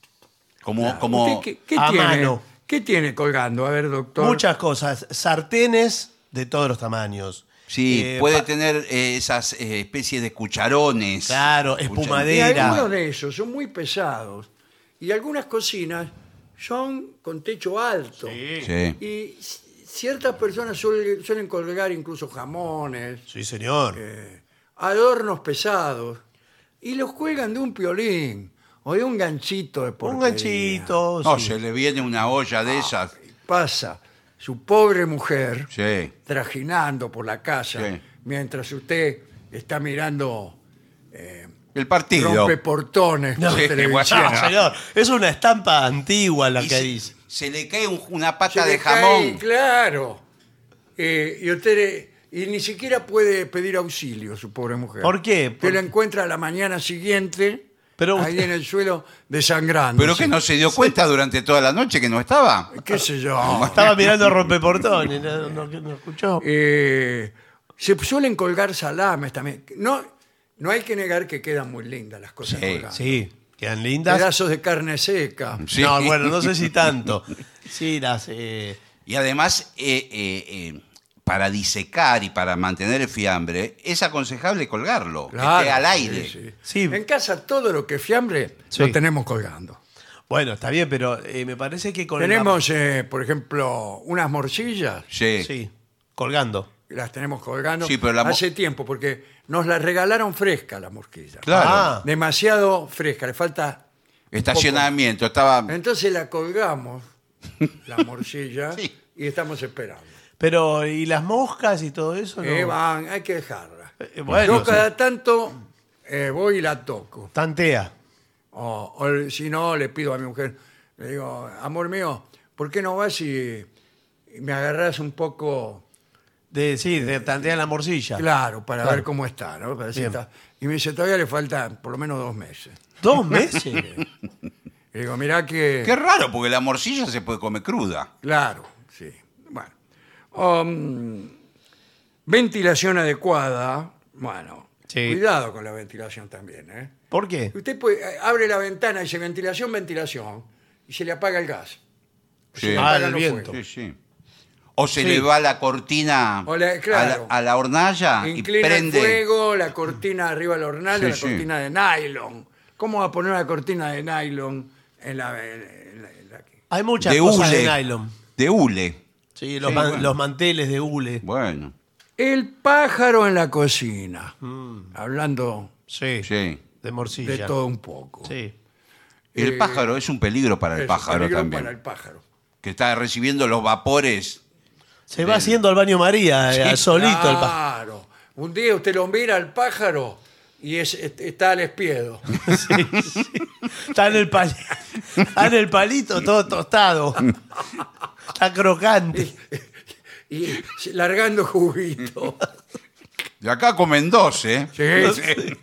[SPEAKER 4] Como, Ah, como...
[SPEAKER 2] ¿Usted qué, qué
[SPEAKER 3] a
[SPEAKER 2] tiene,
[SPEAKER 3] mano.
[SPEAKER 2] ¿Qué tiene colgando? A ver, doctor.
[SPEAKER 3] Muchas cosas. Sartenes de todos los tamaños.
[SPEAKER 4] Sí,
[SPEAKER 3] Eh,
[SPEAKER 4] puede
[SPEAKER 3] pa-
[SPEAKER 4] tener eh, esas eh, especies de cucharones.
[SPEAKER 3] Claro,
[SPEAKER 2] Y
[SPEAKER 3] espumadera. madera.
[SPEAKER 2] algunos de esos son muy pesados. Y algunas cocinas son con techo alto.
[SPEAKER 4] Sí.
[SPEAKER 2] Y c- ciertas personas suelen, suelen colgar incluso jamones.
[SPEAKER 3] Sí, señor.
[SPEAKER 2] adornos pesados y los cuelgan de un piolín o de un ganchito de
[SPEAKER 3] un
[SPEAKER 2] porquería.
[SPEAKER 3] ganchito.
[SPEAKER 4] No,
[SPEAKER 3] sí.
[SPEAKER 4] se le viene una olla de esas.
[SPEAKER 3] Ah.
[SPEAKER 2] Pasa su pobre mujer
[SPEAKER 4] Sí.
[SPEAKER 2] trajinando por la casa
[SPEAKER 4] Sí.
[SPEAKER 2] mientras usted está mirando
[SPEAKER 4] El partido.
[SPEAKER 2] rompe portones
[SPEAKER 3] No,
[SPEAKER 2] por
[SPEAKER 4] sí,
[SPEAKER 2] televisión.
[SPEAKER 4] bueno.
[SPEAKER 3] No, señor. Es una estampa antigua la
[SPEAKER 4] Y
[SPEAKER 3] que
[SPEAKER 4] se,
[SPEAKER 3] dice.
[SPEAKER 4] se le cae un- una
[SPEAKER 2] Se
[SPEAKER 4] pata
[SPEAKER 2] le
[SPEAKER 4] de
[SPEAKER 2] cae,
[SPEAKER 4] jamón.
[SPEAKER 2] claro. Eh, y usted eh, y ni siquiera puede pedir auxilio su pobre mujer.
[SPEAKER 3] ¿Por qué?
[SPEAKER 2] Usted
[SPEAKER 3] Por-
[SPEAKER 2] la encuentra a la mañana siguiente
[SPEAKER 3] Pero
[SPEAKER 2] ahí
[SPEAKER 3] usted-
[SPEAKER 2] en el suelo desangrando.
[SPEAKER 4] Pero que no se dio cuenta durante toda la noche que no estaba.
[SPEAKER 2] ¿Qué sé yo?
[SPEAKER 3] Estaba mirando rompeportones, no, no, no escuchó.
[SPEAKER 2] Eh, se suelen colgar salames también. No, no hay que negar que quedan muy lindas las cosas.
[SPEAKER 4] Sí,
[SPEAKER 2] colgadas.
[SPEAKER 3] Sí, quedan lindas.
[SPEAKER 2] Pedazos de carne seca.
[SPEAKER 4] Sí.
[SPEAKER 3] No, bueno, no sé si tanto. Sí, las. eh,
[SPEAKER 4] Y además, eh, eh, eh, para disecar y para mantener el fiambre, es aconsejable colgarlo, que esté al aire.
[SPEAKER 2] sí, sí.
[SPEAKER 3] Sí.
[SPEAKER 2] En casa todo lo que es fiambre
[SPEAKER 3] Sí.
[SPEAKER 2] lo tenemos colgando.
[SPEAKER 3] bueno, está bien, pero eh, me parece que con la-
[SPEAKER 2] Tenemos, eh, por ejemplo, unas morcillas.
[SPEAKER 4] Sí.
[SPEAKER 3] Sí, colgando.
[SPEAKER 2] Las tenemos colgando
[SPEAKER 4] Sí, pero la mo-
[SPEAKER 2] hace tiempo porque nos las regalaron fresca la morcilla.
[SPEAKER 4] Claro.
[SPEAKER 3] Ah.
[SPEAKER 2] Demasiado fresca, le falta
[SPEAKER 4] Estacionamiento, estaba.
[SPEAKER 2] Entonces la colgamos, la morcilla,
[SPEAKER 4] Sí.
[SPEAKER 2] y estamos esperando.
[SPEAKER 3] Pero, ¿y las moscas y todo eso? No?
[SPEAKER 2] Eh, van, hay que dejarla.
[SPEAKER 3] Eh, bueno,
[SPEAKER 2] Yo cada tanto eh, voy y la toco.
[SPEAKER 3] Tantea.
[SPEAKER 2] O, o el- si no, le pido a mi mujer, le digo, amor mío, ¿por qué no vas y y me agarras un poco,
[SPEAKER 3] De, sí, de tantea la morcilla.
[SPEAKER 2] claro, para
[SPEAKER 3] Claro.
[SPEAKER 2] ver cómo está, ¿no? Para ver si
[SPEAKER 3] Bien.
[SPEAKER 2] está- Y me dice, todavía le faltan por lo menos dos meses.
[SPEAKER 3] Dos meses.
[SPEAKER 2] Le digo, mirá que...
[SPEAKER 4] Qué raro, porque la morcilla se puede comer cruda.
[SPEAKER 2] Claro, sí. Bueno. Um, ventilación adecuada. Bueno,
[SPEAKER 3] Sí.
[SPEAKER 2] cuidado con la ventilación también. ¿eh?
[SPEAKER 3] ¿Por qué?
[SPEAKER 2] Usted puede- eh, abre la ventana y dice ventilación, ventilación, y se le apaga el gas. O se
[SPEAKER 4] Sí.
[SPEAKER 2] le
[SPEAKER 3] Ah,
[SPEAKER 2] apagan
[SPEAKER 3] el
[SPEAKER 2] los
[SPEAKER 3] viento.
[SPEAKER 2] fuegos.
[SPEAKER 4] Sí, sí. O se
[SPEAKER 3] Sí.
[SPEAKER 4] le va la cortina
[SPEAKER 2] O la-
[SPEAKER 4] a la-
[SPEAKER 2] claro.
[SPEAKER 4] a, la, hornalla Ah, y
[SPEAKER 2] Inclina
[SPEAKER 4] prende.
[SPEAKER 2] el fuego, la cortina arriba de la hornalla,
[SPEAKER 4] Sí,
[SPEAKER 2] la
[SPEAKER 4] sí.
[SPEAKER 2] cortina de nylon. ¿Cómo va a poner una cortina de nylon en la... en la- en la-
[SPEAKER 3] Hay muchas
[SPEAKER 4] de
[SPEAKER 3] cosas
[SPEAKER 4] hule.
[SPEAKER 3] de nylon.
[SPEAKER 4] De hule.
[SPEAKER 3] Sí, los, man- los manteles de hule.
[SPEAKER 4] Bueno,
[SPEAKER 2] El pájaro en la cocina. Hablando
[SPEAKER 3] Mm. Sí,
[SPEAKER 4] sí.
[SPEAKER 3] de
[SPEAKER 2] de
[SPEAKER 3] morcilla.
[SPEAKER 2] todo un poco.
[SPEAKER 3] Sí.
[SPEAKER 4] El
[SPEAKER 2] Eh,
[SPEAKER 4] pájaro es un peligro para el
[SPEAKER 2] Eso,
[SPEAKER 4] pájaro
[SPEAKER 2] peligro
[SPEAKER 4] también.
[SPEAKER 2] Para el pájaro.
[SPEAKER 4] Que está recibiendo los vapores.
[SPEAKER 3] Se va haciendo al baño María, eh, solito el
[SPEAKER 4] Ah.
[SPEAKER 3] pa-
[SPEAKER 2] Claro. Un día usted lo mira al pájaro y es, est- está al espiedo.
[SPEAKER 3] Está en el palito, está en el palito todo tostado. Está crocante.
[SPEAKER 2] y se- largando juguito.
[SPEAKER 4] De acá comen dos, ¿eh?
[SPEAKER 2] Sí.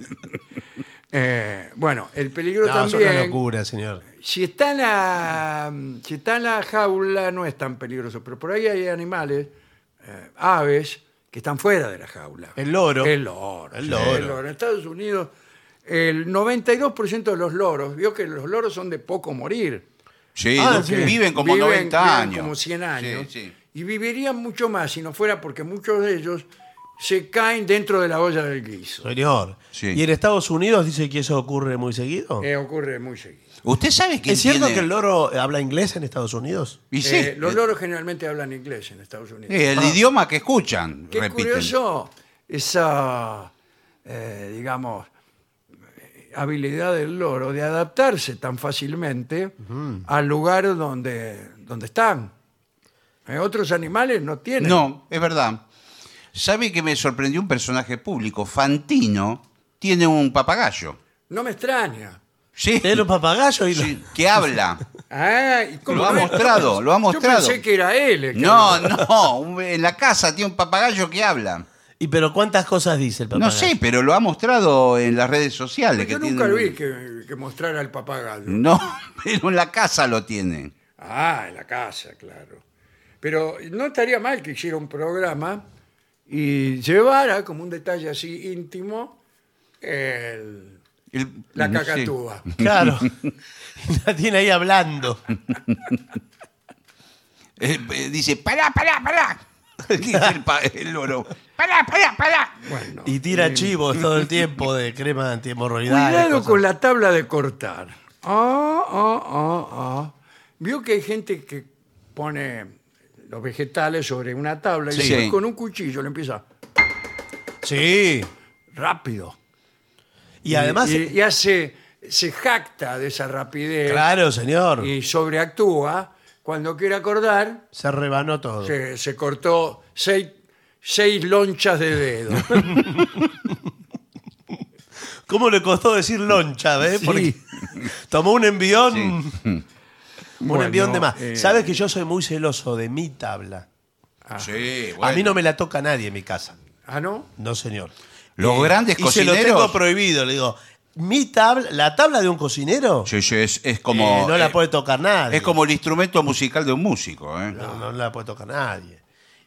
[SPEAKER 2] Eh, bueno, el peligro
[SPEAKER 3] No, es una
[SPEAKER 2] también.
[SPEAKER 3] locura, señor.
[SPEAKER 2] Si está, en la, si está en la jaula, no es tan peligroso, pero por ahí hay animales, eh, aves, que están fuera de la jaula.
[SPEAKER 3] El loro.
[SPEAKER 2] El loro.
[SPEAKER 3] El
[SPEAKER 2] sí,
[SPEAKER 3] loro.
[SPEAKER 2] En Estados Unidos, el 92% de los loros, vio que los loros son de poco morir. Eh,
[SPEAKER 4] Sí,
[SPEAKER 3] Ah,
[SPEAKER 4] los que
[SPEAKER 3] sí.
[SPEAKER 4] viven como
[SPEAKER 2] Viven-
[SPEAKER 4] 90
[SPEAKER 2] viven
[SPEAKER 4] años.
[SPEAKER 2] Como 100 años.
[SPEAKER 4] Sí, sí.
[SPEAKER 2] Y vivirían mucho más si no fuera porque muchos de ellos se caen dentro de la olla del guiso.
[SPEAKER 3] Señor.
[SPEAKER 4] Sí.
[SPEAKER 3] ¿Y en Estados Unidos dice que eso ocurre muy seguido?
[SPEAKER 2] Eh, ocurre muy seguido.
[SPEAKER 4] ¿Usted sabe que
[SPEAKER 3] ¿Es cierto que el loro habla inglés en Estados Unidos?
[SPEAKER 4] Y sí,
[SPEAKER 2] Eh, los
[SPEAKER 4] eh,
[SPEAKER 2] loros generalmente hablan inglés en Estados Unidos.
[SPEAKER 4] eh, el idioma que escuchan,
[SPEAKER 2] Qué
[SPEAKER 4] repiten.
[SPEAKER 2] curioso esa, eh, digamos, eh, habilidad del loro de adaptarse tan fácilmente al lugar donde, donde están. Eh, otros animales no tienen.
[SPEAKER 4] No, es verdad. ¿Sabe que me sorprendió un personaje público? Fantino tiene un papagayo.
[SPEAKER 2] No me extraña.
[SPEAKER 4] Sí,
[SPEAKER 3] ¿Tiene los papagayos? Y los-
[SPEAKER 4] sí, que habla.
[SPEAKER 2] Ah, ¿y cómo
[SPEAKER 4] Lo ha
[SPEAKER 2] no?
[SPEAKER 4] mostrado, lo ha mostrado.
[SPEAKER 2] Yo pensé que era él. el que
[SPEAKER 4] No,
[SPEAKER 2] hablaba.
[SPEAKER 4] no, un- en la casa tiene un papagayo que habla.
[SPEAKER 3] ¿Y pero cuántas cosas dice el papagayo?
[SPEAKER 4] No sé, pero lo ha mostrado en las redes
[SPEAKER 2] Yo
[SPEAKER 4] sociales. que
[SPEAKER 2] nunca
[SPEAKER 4] tiene-
[SPEAKER 2] vi que, que mostrara al papagayo.
[SPEAKER 4] No, pero en la casa lo tiene.
[SPEAKER 2] Ah, en la casa, claro. Pero no estaría mal que hiciera un programa y llevara como un detalle así íntimo el-
[SPEAKER 4] El-
[SPEAKER 2] la
[SPEAKER 4] sí.
[SPEAKER 2] cacatúa.
[SPEAKER 3] Claro. La tiene ahí hablando.
[SPEAKER 4] Eh, eh, dice, pará, pará, pará. Dice el, pa- el loro, pará, pará, pará.
[SPEAKER 2] Bueno,
[SPEAKER 3] Y tira chivos todo el tiempo de crema antihemorroidal.
[SPEAKER 2] cuidado
[SPEAKER 3] cosas.
[SPEAKER 2] con la tabla de cortar. Ah, ah, ah, ah. Vio que hay gente que pone los vegetales sobre una tabla y
[SPEAKER 4] Sí.
[SPEAKER 2] después con un cuchillo le empieza
[SPEAKER 3] Sí.
[SPEAKER 2] rápido.
[SPEAKER 3] Y además...
[SPEAKER 2] y, y hace, se jacta de esa rapidez
[SPEAKER 3] Claro, señor.
[SPEAKER 2] y sobreactúa. Cuando quiere acordar,
[SPEAKER 3] Se rebanó todo.
[SPEAKER 2] se, se cortó seis, seis lonchas de dedo.
[SPEAKER 3] ¿Cómo le costó decir loncha, ves?
[SPEAKER 2] Sí.
[SPEAKER 3] Porque tomó un envión, un
[SPEAKER 2] Bueno,
[SPEAKER 3] envión de más.
[SPEAKER 2] eh,
[SPEAKER 3] Sabes que yo soy muy celoso de mi tabla.
[SPEAKER 4] Sí,
[SPEAKER 3] A mí
[SPEAKER 4] bueno.
[SPEAKER 3] no me la toca nadie en mi casa.
[SPEAKER 2] ¿Ah, no?
[SPEAKER 3] No, señor. Eh,
[SPEAKER 4] Los grandes
[SPEAKER 3] y
[SPEAKER 4] cocineros.
[SPEAKER 3] se lo tengo prohibido. Le digo, mi tabla, la tabla de un cocinero,
[SPEAKER 4] Sí, sí, es, es como.
[SPEAKER 3] eh, no la
[SPEAKER 4] eh,
[SPEAKER 3] puede tocar nadie.
[SPEAKER 4] es como el instrumento musical de un músico. ¿eh?
[SPEAKER 3] No, no la puede tocar nadie.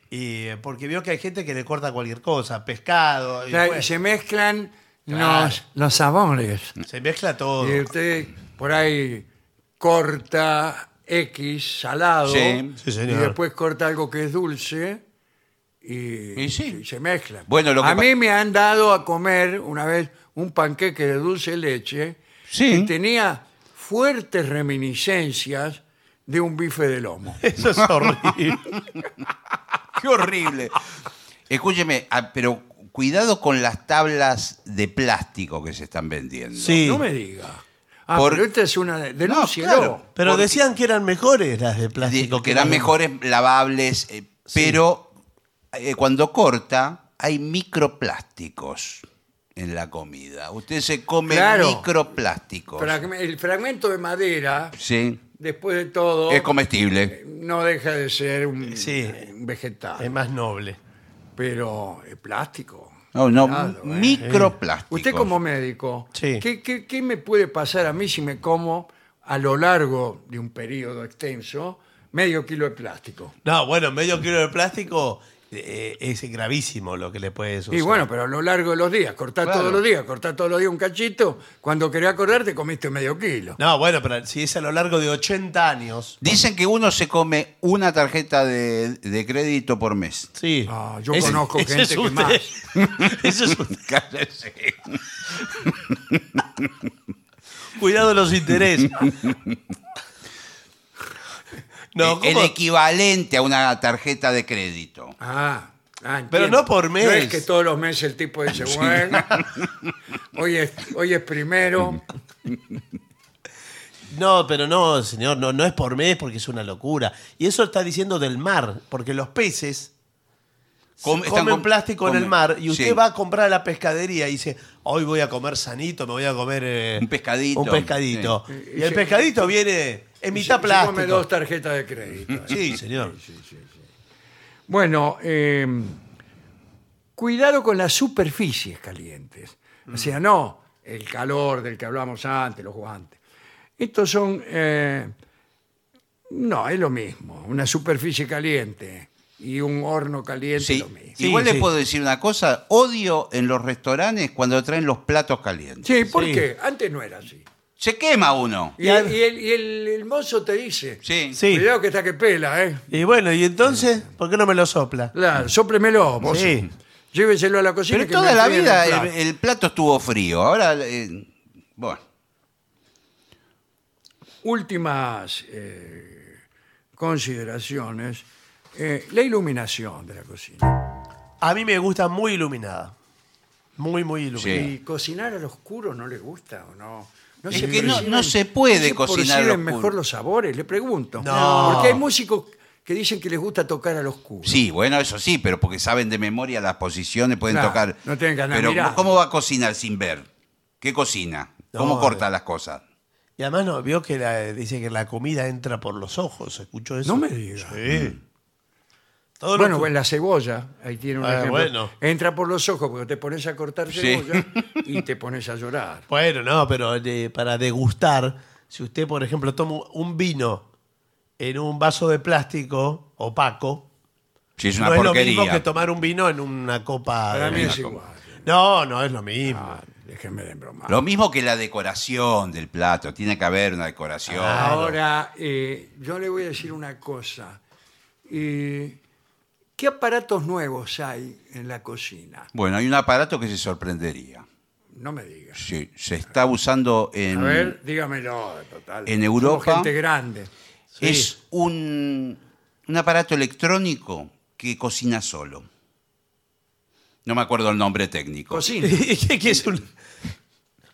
[SPEAKER 3] Y, eh, porque veo que hay gente que le corta cualquier cosa, pescado. y
[SPEAKER 2] Claro,
[SPEAKER 3] bueno,
[SPEAKER 2] y
[SPEAKER 3] se...
[SPEAKER 2] se mezclan
[SPEAKER 3] Claro.
[SPEAKER 2] los, los sabores.
[SPEAKER 3] mezcla todo.
[SPEAKER 2] Y usted por ahí corta X salado
[SPEAKER 4] Sí,
[SPEAKER 3] sí,
[SPEAKER 2] y
[SPEAKER 3] señor.
[SPEAKER 2] después corta algo que es dulce y,
[SPEAKER 4] Y sí.
[SPEAKER 2] y se mezclan.
[SPEAKER 4] Bueno, lo que
[SPEAKER 2] a
[SPEAKER 4] pa-
[SPEAKER 2] mí me han dado a comer una vez un panqueque de dulce de leche que
[SPEAKER 4] Sí.
[SPEAKER 2] tenía fuertes reminiscencias de un bife de lomo.
[SPEAKER 3] Eso es horrible.
[SPEAKER 4] Qué horrible. Escúcheme, ah, pero cuidado con las tablas de plástico que se están vendiendo.
[SPEAKER 3] Sí.
[SPEAKER 2] No me diga. Ah,
[SPEAKER 4] Por-
[SPEAKER 2] pero esta es una denuncia.
[SPEAKER 4] No, claro.
[SPEAKER 3] Pero
[SPEAKER 4] Porque-
[SPEAKER 3] decían que eran mejores las de
[SPEAKER 4] De-
[SPEAKER 3] plástico.
[SPEAKER 4] que eran
[SPEAKER 3] las de-
[SPEAKER 4] mejores lavables, eh, pero eh, cuando corta hay microplásticos en la comida. Usted se come
[SPEAKER 2] Claro.
[SPEAKER 4] microplásticos.
[SPEAKER 2] el fragmento de madera,
[SPEAKER 4] Sí,
[SPEAKER 2] después de todo,
[SPEAKER 4] es comestible.
[SPEAKER 2] no deja de ser un,
[SPEAKER 3] Sí.
[SPEAKER 2] un vegetal.
[SPEAKER 3] Es más noble.
[SPEAKER 2] pero es plástico.
[SPEAKER 4] No, no,
[SPEAKER 2] Claro, eh.
[SPEAKER 4] microplásticos.
[SPEAKER 2] Usted como médico,
[SPEAKER 3] Sí.
[SPEAKER 2] ¿qué, qué, qué me puede pasar a mí si me como a lo largo de un periodo extenso medio kilo de plástico?
[SPEAKER 3] No, bueno, medio kilo de plástico eh, es gravísimo lo que le puede suceder.
[SPEAKER 2] Y bueno, pero a lo largo de los días, cortar
[SPEAKER 4] Claro.
[SPEAKER 2] todos los días, cortar todos los días un cachito, cuando querés acordarte comiste medio kilo.
[SPEAKER 3] No, bueno, pero si es a lo largo de 80 años.
[SPEAKER 4] Dicen que uno se come una tarjeta de, de crédito por mes.
[SPEAKER 3] Sí.
[SPEAKER 2] Ah, yo conozco gente que
[SPEAKER 3] usted. Ese es usted.
[SPEAKER 4] Cállese.
[SPEAKER 3] Cuidado los intereses. No,
[SPEAKER 4] el
[SPEAKER 3] ¿cómo?
[SPEAKER 4] equivalente a una tarjeta de crédito.
[SPEAKER 2] Ah, ah, entiendo.
[SPEAKER 3] Pero no por mes.
[SPEAKER 2] No es que todos los meses el tipo dice, bueno, hoy es, hoy es primero.
[SPEAKER 3] no, pero no, señor, no, no es por mes porque es una locura. Y eso está diciendo del mar, porque los peces
[SPEAKER 4] Com- están
[SPEAKER 3] comen
[SPEAKER 4] com-
[SPEAKER 3] plástico en el
[SPEAKER 4] comen.
[SPEAKER 3] mar y usted
[SPEAKER 4] Sí.
[SPEAKER 3] va a comprar a la pescadería y dice, hoy voy a comer sanito, me voy a comer eh,
[SPEAKER 4] Un pescadito".
[SPEAKER 3] Un pescadito.
[SPEAKER 2] Sí.
[SPEAKER 3] Y el pescadito viene en mitad
[SPEAKER 2] Se- se come
[SPEAKER 3] plástico.
[SPEAKER 2] dos tarjetas de crédito.
[SPEAKER 3] Sí, señor.
[SPEAKER 2] Bueno, eh, cuidado con las superficies calientes. O sea, no el calor del que hablamos antes, los guantes. Estos son... eh, no, es lo mismo. Una superficie caliente y un horno caliente
[SPEAKER 4] Sí.
[SPEAKER 2] lo mismo.
[SPEAKER 3] Sí,
[SPEAKER 4] Igual
[SPEAKER 3] sí.
[SPEAKER 4] les puedo decir una cosa, odio en los restaurantes cuando traen los platos calientes.
[SPEAKER 2] Sí, ¿por
[SPEAKER 3] Sí.
[SPEAKER 2] qué? Antes no era así.
[SPEAKER 4] Se quema uno.
[SPEAKER 2] Y, el, y el- y el- el mozo te dice,
[SPEAKER 4] Sí.
[SPEAKER 3] Sí.
[SPEAKER 2] cuidado que está que pela, ¿eh?
[SPEAKER 3] Y bueno, ¿y entonces por qué no me lo sopla?
[SPEAKER 2] Claro, sópremelo, mozo.
[SPEAKER 3] Sí.
[SPEAKER 2] Lléveselo a la cocina.
[SPEAKER 4] Pero
[SPEAKER 2] que
[SPEAKER 4] toda
[SPEAKER 2] me
[SPEAKER 4] la
[SPEAKER 2] enfríen
[SPEAKER 4] vida
[SPEAKER 2] los
[SPEAKER 4] el,
[SPEAKER 2] platos.
[SPEAKER 4] el plato estuvo frío. Ahora, eh, bueno,
[SPEAKER 2] Últimas eh, consideraciones. Eh, la iluminación de la cocina.
[SPEAKER 3] A mí me gusta muy iluminada. Muy, muy iluminada.
[SPEAKER 4] Sí.
[SPEAKER 2] ¿Y cocinar al oscuro no le gusta o no? No
[SPEAKER 4] Es
[SPEAKER 2] se
[SPEAKER 4] que no-
[SPEAKER 2] perciben-
[SPEAKER 4] no se puede cocinar al
[SPEAKER 2] perciben
[SPEAKER 4] oscuro.
[SPEAKER 2] mejor los sabores? Le pregunto.
[SPEAKER 3] No.
[SPEAKER 2] Porque hay músicos que dicen que les gusta tocar al oscuro.
[SPEAKER 4] sí, bueno, eso sí, pero porque saben de memoria las posiciones, pueden
[SPEAKER 2] Claro,
[SPEAKER 4] tocar.
[SPEAKER 2] no tienen que andar
[SPEAKER 4] Pero
[SPEAKER 2] mirando.
[SPEAKER 4] ¿cómo va a cocinar sin ver? ¿Qué cocina? ¿Cómo
[SPEAKER 3] No,
[SPEAKER 4] corta las cosas?
[SPEAKER 3] Y además no, vio que la, dice que la comida entra por los ojos. ¿Escuchó eso?
[SPEAKER 2] No me diga.
[SPEAKER 3] Sí. Todo lo
[SPEAKER 2] Bueno,
[SPEAKER 3] que-
[SPEAKER 2] pues la cebolla, ahí tiene un
[SPEAKER 3] Ah,
[SPEAKER 2] ejemplo.
[SPEAKER 3] bueno.
[SPEAKER 2] Entra por los ojos porque te pones a cortar
[SPEAKER 4] Sí.
[SPEAKER 2] cebolla y te pones a llorar.
[SPEAKER 3] Bueno, no, pero de- para degustar, si usted, por ejemplo, toma un vino en un vaso de plástico opaco,
[SPEAKER 4] Si es una
[SPEAKER 3] no es lo
[SPEAKER 4] porquería.
[SPEAKER 3] mismo que tomar un vino en una copa.
[SPEAKER 2] Para
[SPEAKER 3] de-
[SPEAKER 2] mí es
[SPEAKER 4] mira,
[SPEAKER 2] igual.
[SPEAKER 3] No, no es lo mismo.
[SPEAKER 2] Ah, déjenme de bromar.
[SPEAKER 4] Lo mismo que la decoración del plato. Tiene que haber una decoración.
[SPEAKER 2] Ah. Ahora, eh, yo le voy a decir una cosa. Eh, ¿Qué aparatos nuevos hay en la cocina?
[SPEAKER 4] Bueno, hay un aparato que se sorprendería.
[SPEAKER 2] No me digas.
[SPEAKER 4] Sí, se está usando
[SPEAKER 2] A
[SPEAKER 4] en...
[SPEAKER 2] ver, dígamelo, total.
[SPEAKER 4] en
[SPEAKER 2] somos
[SPEAKER 4] Europa-
[SPEAKER 2] gente grande.
[SPEAKER 4] Es un, un aparato electrónico que cocina solo. No me acuerdo el nombre técnico.
[SPEAKER 2] Cocina.
[SPEAKER 3] ¿Qué es un,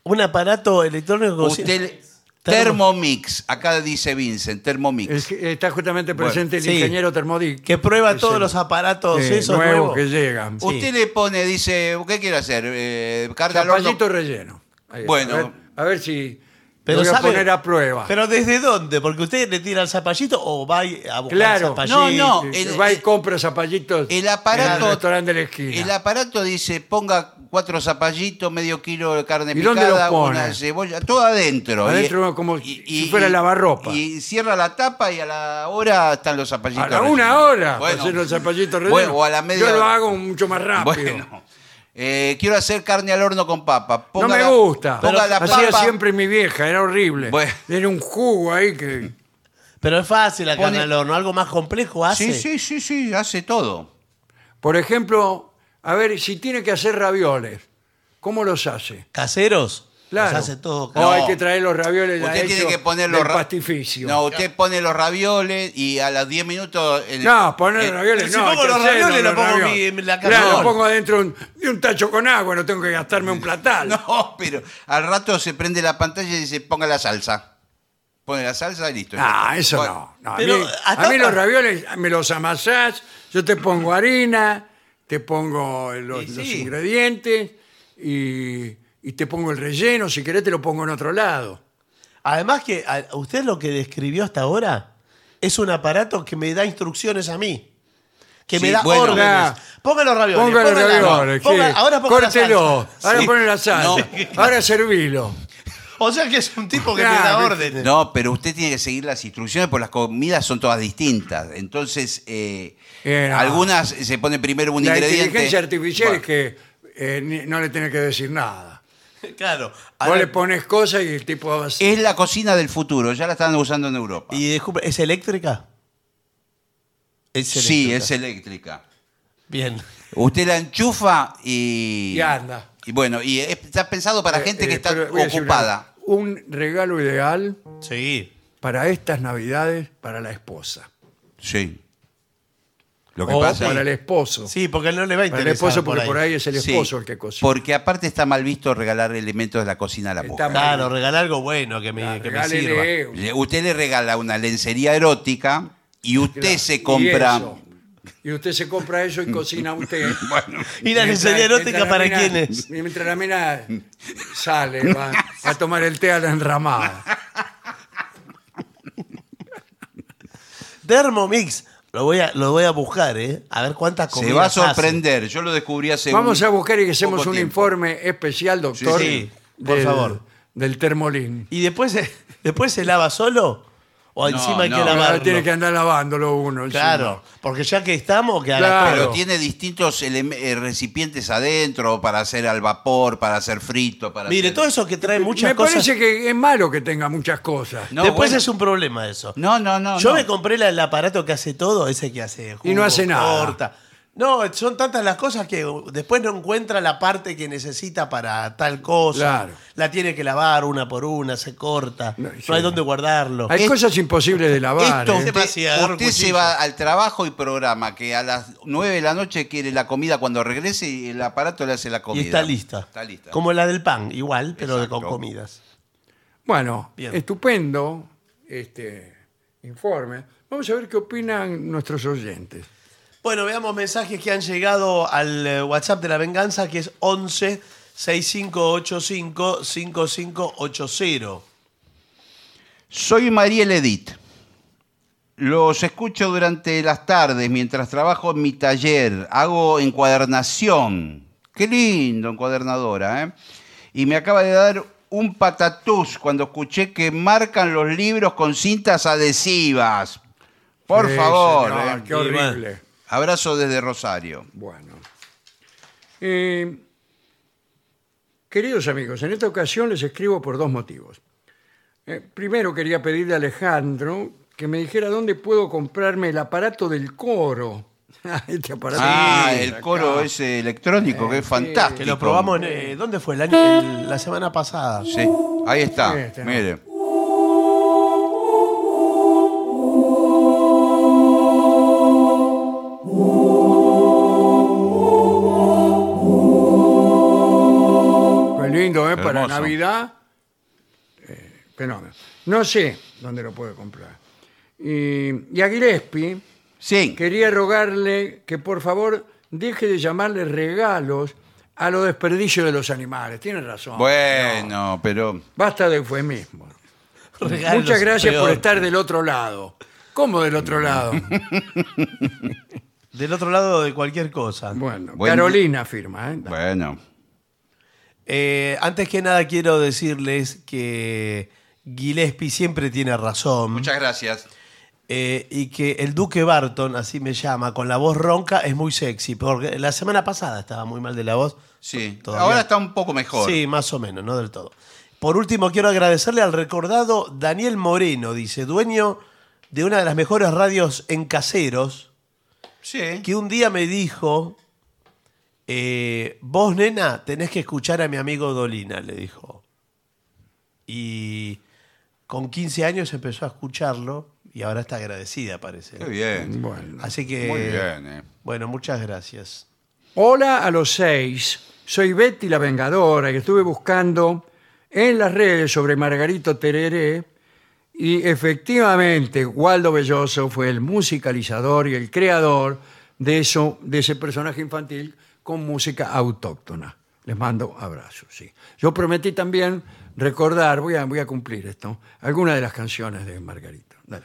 [SPEAKER 3] un aparato electrónico? que
[SPEAKER 4] Usted-
[SPEAKER 3] Termo-
[SPEAKER 4] Thermomix. Acá dice Vincent, Thermomix.
[SPEAKER 2] Es que está justamente
[SPEAKER 4] Bueno,
[SPEAKER 2] presente el
[SPEAKER 3] sí.
[SPEAKER 2] ingeniero Termodic.
[SPEAKER 3] que prueba
[SPEAKER 2] Es
[SPEAKER 3] todos
[SPEAKER 2] el-
[SPEAKER 3] los aparatos
[SPEAKER 2] eh,
[SPEAKER 3] esos
[SPEAKER 2] nuevos
[SPEAKER 3] nuevos.
[SPEAKER 2] que llegan.
[SPEAKER 4] Usted le pone, dice, ¿qué quiere hacer? Eh, carne al horno.
[SPEAKER 2] Zapallito relleno. Ahí está.
[SPEAKER 4] Bueno.
[SPEAKER 2] A ver, a ver si
[SPEAKER 3] Pero
[SPEAKER 2] lo voy
[SPEAKER 3] sabe-
[SPEAKER 2] a poner a prueba.
[SPEAKER 3] ¿Pero desde dónde? Porque usted le tira el zapallito o va a buscar
[SPEAKER 2] Claro.
[SPEAKER 3] el zapallito.
[SPEAKER 4] No, no.
[SPEAKER 2] Eh,
[SPEAKER 4] el-
[SPEAKER 2] va y
[SPEAKER 4] el-
[SPEAKER 2] compra zapallitos
[SPEAKER 4] el aparato-
[SPEAKER 2] en el restaurante de la esquina.
[SPEAKER 4] El aparato dice, ponga cuatro zapallitos, medio kilo de carne
[SPEAKER 2] ¿Y dónde
[SPEAKER 4] picada,
[SPEAKER 2] lo pone?
[SPEAKER 4] una cebolla, todo adentro.
[SPEAKER 2] Adentro como si fuera lavarropa.
[SPEAKER 4] Y cierra la tapa y a la hora están los zapallitos.
[SPEAKER 2] a la
[SPEAKER 4] rellenos.
[SPEAKER 2] una hora pues,
[SPEAKER 4] Bueno.
[SPEAKER 2] hacer los zapallitos rellenos.
[SPEAKER 4] Bueno, o a la media
[SPEAKER 2] Yo lo
[SPEAKER 4] hora.
[SPEAKER 2] hago mucho más rápido.
[SPEAKER 4] Bueno. Eh, quiero hacer carne al horno con papa.
[SPEAKER 2] no
[SPEAKER 4] Ponga
[SPEAKER 2] me
[SPEAKER 4] la-
[SPEAKER 2] gusta.
[SPEAKER 4] Ponga la
[SPEAKER 2] Hacía
[SPEAKER 4] papa,
[SPEAKER 2] siempre mi vieja, era horrible.
[SPEAKER 4] Bueno.
[SPEAKER 2] Era un jugo ahí que.
[SPEAKER 3] Pero es fácil la carne
[SPEAKER 4] Pone-
[SPEAKER 3] al horno, algo más complejo hace.
[SPEAKER 4] Sí, sí, sí, sí, hace todo.
[SPEAKER 2] Por ejemplo, a ver, si tiene que hacer ravioles, ¿cómo los hace?
[SPEAKER 3] Caseros,
[SPEAKER 2] Claro.
[SPEAKER 3] los hace todo.
[SPEAKER 2] O hay
[SPEAKER 4] No.
[SPEAKER 2] que traer los ravioles ya
[SPEAKER 4] Usted tiene
[SPEAKER 2] hechos
[SPEAKER 4] que poner los
[SPEAKER 2] del
[SPEAKER 4] ra-
[SPEAKER 2] pastificio.
[SPEAKER 4] No, usted pone los ravioles y a los 10 minutos. el-
[SPEAKER 2] No, poner
[SPEAKER 4] eh,
[SPEAKER 2] los ravioles
[SPEAKER 3] si
[SPEAKER 2] no.
[SPEAKER 3] pongo
[SPEAKER 2] hay que
[SPEAKER 3] los
[SPEAKER 2] hacerlo,
[SPEAKER 3] ravioles,
[SPEAKER 2] los
[SPEAKER 3] lo pongo
[SPEAKER 2] ravioles.
[SPEAKER 3] mi- la
[SPEAKER 2] Claro, lo
[SPEAKER 3] cazadora.
[SPEAKER 2] pongo dentro de un, de un tacho con agua, no tengo que gastarme un platal.
[SPEAKER 4] No, pero al rato se prende la pantalla y dice, ponga la salsa. Pone la salsa y listo.
[SPEAKER 2] Ah, eso
[SPEAKER 4] Bueno,
[SPEAKER 2] no. no, a,
[SPEAKER 3] Pero
[SPEAKER 2] mí,
[SPEAKER 3] hasta-
[SPEAKER 2] a mí los ravioles me los amasás, yo te pongo harina, te pongo los,
[SPEAKER 4] Y
[SPEAKER 2] los
[SPEAKER 4] sí.
[SPEAKER 2] ingredientes y, y te pongo el relleno. Si querés, te lo pongo en otro lado.
[SPEAKER 3] Además que a- usted lo que describió hasta ahora es un aparato que me da instrucciones a mí. Que me
[SPEAKER 4] Sí,
[SPEAKER 3] da
[SPEAKER 4] bueno.
[SPEAKER 3] órdenes.
[SPEAKER 2] Ah.
[SPEAKER 3] Ponga los ravioles.
[SPEAKER 2] Ponga los
[SPEAKER 3] ponga la-
[SPEAKER 2] ravioles.
[SPEAKER 3] ponga-
[SPEAKER 2] sí.
[SPEAKER 3] ahora ponga la
[SPEAKER 2] Córtelo.
[SPEAKER 3] salsa.
[SPEAKER 2] Ahora
[SPEAKER 4] Sí.
[SPEAKER 2] poné la salsa. Ahora servilo.
[SPEAKER 3] O sea que es un tipo que me da
[SPEAKER 2] Claro.
[SPEAKER 3] órdenes.
[SPEAKER 4] No, pero usted tiene que seguir las instrucciones porque las comidas son todas distintas. Entonces, eh,
[SPEAKER 2] Eh, no.
[SPEAKER 4] algunas se pone primero un
[SPEAKER 2] La
[SPEAKER 4] ingrediente.
[SPEAKER 2] inteligencia artificial
[SPEAKER 4] Bueno,
[SPEAKER 2] es que eh, ni- no le tenés que decir nada.
[SPEAKER 3] Claro.
[SPEAKER 2] Vos
[SPEAKER 3] Ahora-
[SPEAKER 2] le pones cosas y el tipo va a hacer.
[SPEAKER 4] Es la cocina del futuro, ya la están usando en Europa.
[SPEAKER 3] Y disculpe, ¿es eléctrica? Es
[SPEAKER 4] sí,
[SPEAKER 3] eléctrica.
[SPEAKER 4] es eléctrica.
[SPEAKER 3] Bien.
[SPEAKER 4] Usted la enchufa y.
[SPEAKER 2] Y anda.
[SPEAKER 4] Y bueno, y es- está pensado para gente que
[SPEAKER 2] Eh,
[SPEAKER 4] está
[SPEAKER 2] pero voy a decir una
[SPEAKER 4] ocupada.
[SPEAKER 2] cosa. Un regalo ideal
[SPEAKER 3] Sí.
[SPEAKER 2] para estas navidades para la esposa.
[SPEAKER 4] Sí. Lo que
[SPEAKER 2] o
[SPEAKER 4] pasa
[SPEAKER 2] para el esposo.
[SPEAKER 3] Sí, porque no le va
[SPEAKER 2] para
[SPEAKER 3] a
[SPEAKER 2] el
[SPEAKER 3] interesar.
[SPEAKER 2] esposo,
[SPEAKER 3] por
[SPEAKER 2] porque
[SPEAKER 3] ahí.
[SPEAKER 2] por ahí es el
[SPEAKER 4] Sí,
[SPEAKER 2] esposo el que cocina.
[SPEAKER 4] Porque aparte está mal visto regalar elementos de la cocina a la
[SPEAKER 2] Está
[SPEAKER 4] mujer.
[SPEAKER 3] Claro, regala algo bueno que me, que me sirva.
[SPEAKER 2] Regálele un-
[SPEAKER 4] Le- Usted le regala una lencería erótica y usted
[SPEAKER 2] claro,
[SPEAKER 4] se
[SPEAKER 2] Y,
[SPEAKER 4] compra.
[SPEAKER 2] eso. Y usted se compra eso y cocina usted.
[SPEAKER 3] ¿Y la lencería
[SPEAKER 2] Mientras-
[SPEAKER 3] erótica
[SPEAKER 2] mientras la
[SPEAKER 3] para
[SPEAKER 2] mina-
[SPEAKER 3] quién es?
[SPEAKER 2] Mientras la mina sale, va a tomar el té a la enramada.
[SPEAKER 3] Thermomix. Lo voy, a, lo voy a buscar, ¿eh? A ver cuántas comidas
[SPEAKER 4] Se va a
[SPEAKER 3] hace.
[SPEAKER 4] sorprender. Yo lo descubrí hace
[SPEAKER 2] Vamos
[SPEAKER 4] un
[SPEAKER 2] a buscar y que hacemos
[SPEAKER 4] poco
[SPEAKER 2] un
[SPEAKER 4] tiempo.
[SPEAKER 2] informe especial, doctor.
[SPEAKER 3] Sí, sí, por
[SPEAKER 2] del-
[SPEAKER 3] favor.
[SPEAKER 2] Del termolín.
[SPEAKER 3] ¿Y después, se- después se lava solo? o
[SPEAKER 4] No,
[SPEAKER 3] encima hay
[SPEAKER 4] no.
[SPEAKER 3] que
[SPEAKER 4] Claro,
[SPEAKER 3] lavarlo.
[SPEAKER 2] tiene que andar lavándolo uno. encima.
[SPEAKER 3] Claro, porque ya que estamos, que a la
[SPEAKER 2] Claro.
[SPEAKER 4] Pero tiene distintos eleme- eh, recipientes adentro para hacer al vapor, para hacer frito, para
[SPEAKER 3] Mire,
[SPEAKER 4] hacer-
[SPEAKER 3] todo eso que trae muchas
[SPEAKER 2] Me
[SPEAKER 3] cosas.
[SPEAKER 2] parece que es malo que tenga muchas cosas.
[SPEAKER 4] No,
[SPEAKER 3] después
[SPEAKER 4] bueno.
[SPEAKER 3] es un problema eso.
[SPEAKER 4] No, no, no.
[SPEAKER 3] Yo
[SPEAKER 4] no.
[SPEAKER 3] me compré la- el aparato que hace todo, ese que hace
[SPEAKER 2] Y no hace nada.
[SPEAKER 3] corta. No, son tantas las cosas que después no encuentra la parte que necesita para tal cosa.
[SPEAKER 2] Claro.
[SPEAKER 3] La tiene que lavar una por una, se corta. No,
[SPEAKER 2] No, sí.
[SPEAKER 3] hay dónde guardarlo.
[SPEAKER 2] Hay
[SPEAKER 4] Es-
[SPEAKER 2] cosas imposibles de lavar.
[SPEAKER 4] Esto
[SPEAKER 2] ¿eh?
[SPEAKER 4] usted,
[SPEAKER 3] Demasiado, agarro
[SPEAKER 4] usted se
[SPEAKER 3] cuchillo.
[SPEAKER 4] va al trabajo y programa que a las 9 de la noche quiere la comida cuando regrese y el aparato le hace la comida.
[SPEAKER 3] y está lista.
[SPEAKER 4] Está lista.
[SPEAKER 3] Como la del pan, igual, pero de- con
[SPEAKER 4] Exacto.
[SPEAKER 3] comidas.
[SPEAKER 2] Bueno,
[SPEAKER 3] Bien.
[SPEAKER 2] estupendo este informe. Vamos a ver qué opinan nuestros oyentes.
[SPEAKER 3] Bueno, veamos mensajes que han llegado al eh, WhatsApp de la venganza, que es 11 6585 5580.
[SPEAKER 4] Soy Mariel Edith. Los escucho durante las tardes mientras trabajo en mi taller. Hago encuadernación. Qué lindo, encuadernadora, ¿eh? Y me acaba de dar un patatús cuando escuché que marcan los libros con cintas adhesivas. Por
[SPEAKER 2] Sí,
[SPEAKER 4] favor.
[SPEAKER 2] señor,
[SPEAKER 4] ¿eh?
[SPEAKER 2] Qué
[SPEAKER 3] Y
[SPEAKER 2] horrible.
[SPEAKER 4] Abrazo desde Rosario.
[SPEAKER 2] Bueno. Eh, queridos amigos, en esta ocasión les escribo por dos motivos. Eh, primero quería pedirle a Alejandro que me dijera dónde puedo comprarme el aparato del coro. este aparato
[SPEAKER 4] ah,
[SPEAKER 2] que
[SPEAKER 4] el
[SPEAKER 2] acá.
[SPEAKER 4] coro ese electrónico, que es fantástico.
[SPEAKER 3] Que lo probamos en, eh, ¿Dónde fue? El año- el- la semana pasada.
[SPEAKER 4] Sí, ahí está.
[SPEAKER 2] Ahí está.
[SPEAKER 4] Mire.
[SPEAKER 2] Qué lindo, ¿eh? Para
[SPEAKER 4] Hermoso.
[SPEAKER 2] Navidad. eh, fenómeno. No sé dónde lo puede comprar. Y, y a Gillespie
[SPEAKER 4] Sí.
[SPEAKER 2] quería rogarle que por favor deje de llamarle regalos a los desperdicios de los animales. Tiene razón. No,
[SPEAKER 4] Bueno, pero.
[SPEAKER 2] basta de eufemismo.
[SPEAKER 3] Regalos,
[SPEAKER 2] Muchas gracias por
[SPEAKER 3] peor.
[SPEAKER 2] estar del otro lado. ¿Cómo del otro lado?
[SPEAKER 3] Del otro lado de cualquier cosa.
[SPEAKER 2] Bueno,
[SPEAKER 4] Buen-
[SPEAKER 2] Carolina firma. ¿eh?
[SPEAKER 4] Bueno.
[SPEAKER 3] Eh, antes que nada quiero decirles que Gillespie siempre tiene razón.
[SPEAKER 4] Muchas gracias.
[SPEAKER 3] Eh, y que el Duque Barton, así me llama, con la voz ronca, es muy sexy. Porque la semana pasada estaba muy mal de la voz.
[SPEAKER 4] Sí.
[SPEAKER 3] Todavía-
[SPEAKER 4] Ahora está un poco mejor.
[SPEAKER 3] Sí, más o menos, no del todo. Por último, quiero agradecerle al recordado Daniel Moreno, dice, dueño de una de las mejores radios en caseros,
[SPEAKER 4] Sí.
[SPEAKER 3] que un día me dijo, eh, vos nena, tenés que escuchar a mi amigo Dolina, le dijo. Y con 15 años empezó a escucharlo y ahora está agradecida, parece.
[SPEAKER 4] Qué bien.
[SPEAKER 2] Bueno.
[SPEAKER 3] Así que.
[SPEAKER 4] Muy bien, eh.
[SPEAKER 3] Bueno, muchas gracias.
[SPEAKER 2] Hola a los seis. Soy Betty la Vengadora y estuve buscando en las redes sobre Margarito Tereré y efectivamente Waldo Belloso fue el musicalizador y el creador de, eso, de ese personaje infantil con música autóctona. Les mando abrazos, sí. Yo prometí también recordar, voy a, voy a cumplir esto, algunas de las canciones de Margarito. Dale.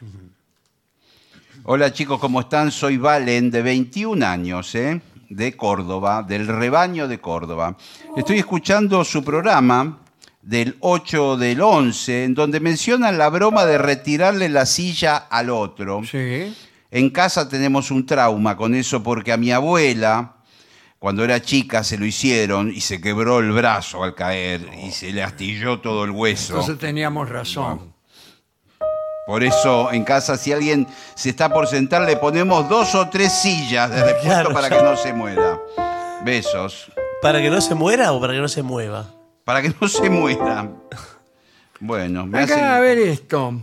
[SPEAKER 4] Hola chicos, ¿cómo están? Soy Valen, de 21 años, ¿eh? de Córdoba, del rebaño de Córdoba. Estoy escuchando su programa del 8 del 11, en donde mencionan la broma de retirarle la silla al otro.
[SPEAKER 2] Sí.
[SPEAKER 4] En casa tenemos un trauma con eso porque a mi abuela, cuando era chica, se lo hicieron y se quebró el brazo al caer y se le astilló todo el hueso.
[SPEAKER 2] Entonces teníamos razón.
[SPEAKER 4] Por eso en casa, si alguien se está por sentar, le ponemos dos o tres sillas de repuesto
[SPEAKER 3] Claro.
[SPEAKER 4] para que no se muera. Besos.
[SPEAKER 3] ¿Para que no se muera o para que no se mueva?
[SPEAKER 4] Para que no se muera. Bueno, me hacen-
[SPEAKER 2] Acá, a ver esto.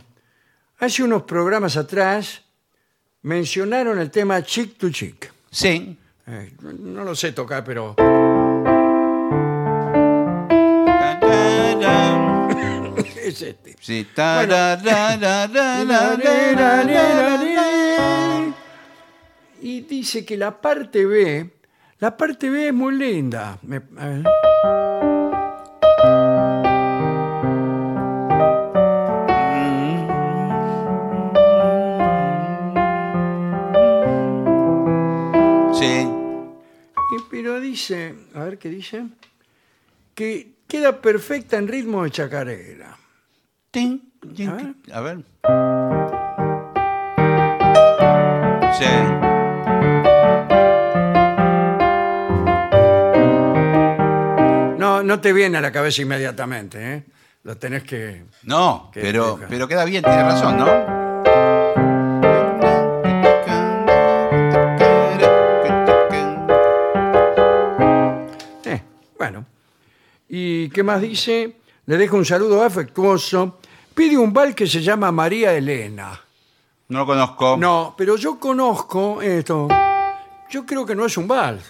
[SPEAKER 2] Hace unos programas atrás mencionaron el tema Chick to Chick.
[SPEAKER 4] Sí,
[SPEAKER 2] Eh, no lo sé tocar, pero. es este.
[SPEAKER 4] sí. Tarararararararara.
[SPEAKER 2] Y dice que la parte B. La parte B es muy linda. Me- a ver.
[SPEAKER 4] Sí.
[SPEAKER 2] Y- Pero dice. A ver qué dice. Que queda perfecta en ritmo de chacarera.
[SPEAKER 4] Tin, tin,
[SPEAKER 2] A ver.
[SPEAKER 4] tin. A ver.
[SPEAKER 2] no te viene a la cabeza inmediatamente, ¿eh? Lo tenés que...
[SPEAKER 4] No,
[SPEAKER 2] Qué
[SPEAKER 4] pero,
[SPEAKER 2] vieja.
[SPEAKER 4] pero queda bien, tiene razón, ¿no?
[SPEAKER 2] Eh, bueno. ¿Y qué más dice? Le dejo un saludo afectuoso. Pide un bal que se llama María Elena.
[SPEAKER 4] No lo conozco.
[SPEAKER 2] No, pero yo conozco esto. Yo creo que no es un bal.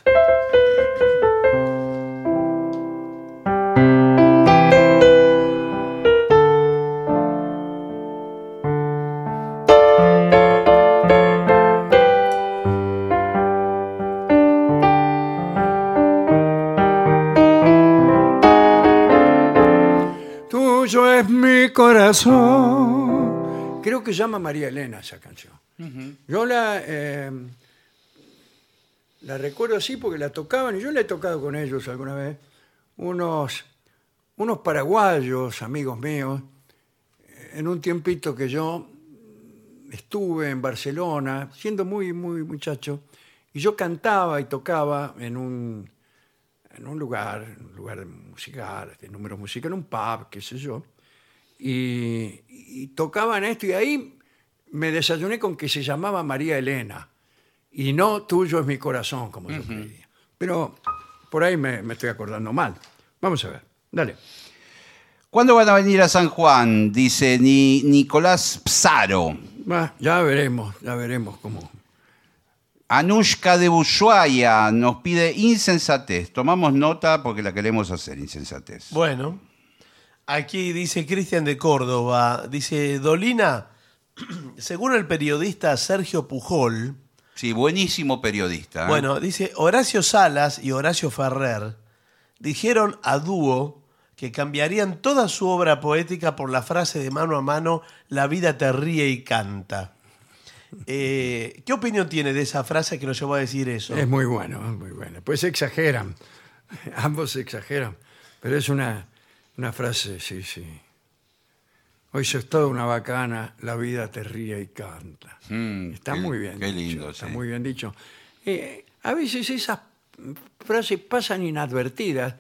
[SPEAKER 2] Tuyo es mi corazón. Creo que llama María Elena esa canción. Yo la, eh, la recuerdo así porque la tocaban, y yo la he tocado con ellos alguna vez, unos, unos paraguayos, amigos míos, en un tiempito que yo estuve en Barcelona, siendo muy, muy muchacho, y yo cantaba y tocaba en un, en un lugar, en un lugar musical, de números musicales, en un pub, qué sé yo, y, y tocaban esto y ahí me desayuné con que se llamaba María Elena y no tuyo es mi corazón, como yo creía. Pero por ahí me, me estoy acordando mal. Vamos a ver, dale.
[SPEAKER 4] ¿Cuándo van a venir a San Juan? Dice Ni- Nicolás Psaro.
[SPEAKER 2] Va, ya veremos, ya veremos cómo.
[SPEAKER 4] Anushka de Ushuaia nos pide insensatez. Tomamos nota porque la queremos hacer insensatez.
[SPEAKER 3] Bueno, aquí dice Cristian de Córdoba, dice Dolina, según el periodista Sergio Pujol,
[SPEAKER 4] Sí, buenísimo periodista. ¿eh?
[SPEAKER 3] bueno, dice Horacio Salas y Horacio Ferrer dijeron a dúo que cambiarían toda su obra poética por la frase de mano a mano, la vida te ríe y canta. Eh, ¿Qué opinión tiene de esa frase que lo llevó a decir eso?
[SPEAKER 2] Es muy bueno, es muy bueno. Pues exageran, ambos exageran, pero es una, una frase, sí, sí. Hoy sos toda una bacana, la vida te ríe y canta.
[SPEAKER 4] Mm,
[SPEAKER 2] Está
[SPEAKER 4] qué-
[SPEAKER 2] muy bien.
[SPEAKER 4] Qué
[SPEAKER 2] dicho,
[SPEAKER 4] lindo,
[SPEAKER 2] Está
[SPEAKER 4] sí.
[SPEAKER 2] muy bien dicho. Eh, a veces esas frases pasan inadvertidas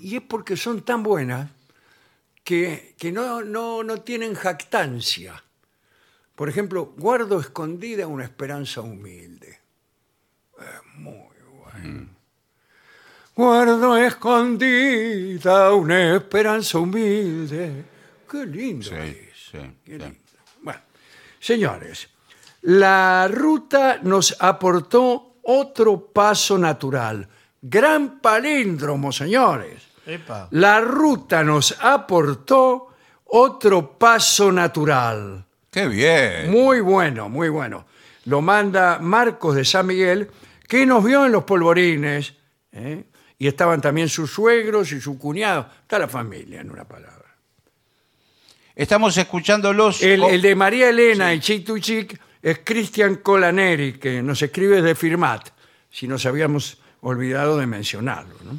[SPEAKER 2] y es porque son tan buenas que, que no, no, no tienen jactancia. Por ejemplo, guardo escondida una esperanza humilde. Es muy bueno. Guardo escondida una esperanza humilde. Qué lindo.
[SPEAKER 4] Sí,
[SPEAKER 2] es.
[SPEAKER 4] sí,
[SPEAKER 2] Qué
[SPEAKER 4] sí.
[SPEAKER 2] lindo. Bueno, señores, la ruta nos aportó otro paso natural. Gran palíndromo, señores.
[SPEAKER 3] Epa.
[SPEAKER 2] La ruta nos aportó otro paso natural.
[SPEAKER 4] Qué bien.
[SPEAKER 2] Muy bueno, muy bueno. Lo manda Marcos de San Miguel, que nos vio en los polvorines. ¿eh? Y estaban también sus suegros y su cuñado. Está la familia, en una palabra.
[SPEAKER 4] Estamos escuchándolos.
[SPEAKER 2] El,
[SPEAKER 4] Oh,
[SPEAKER 2] el de María Elena y Chic to Chic es Cristian Colaneri, que nos escribe desde Firmat, si nos habíamos olvidado de mencionarlo. ¿no?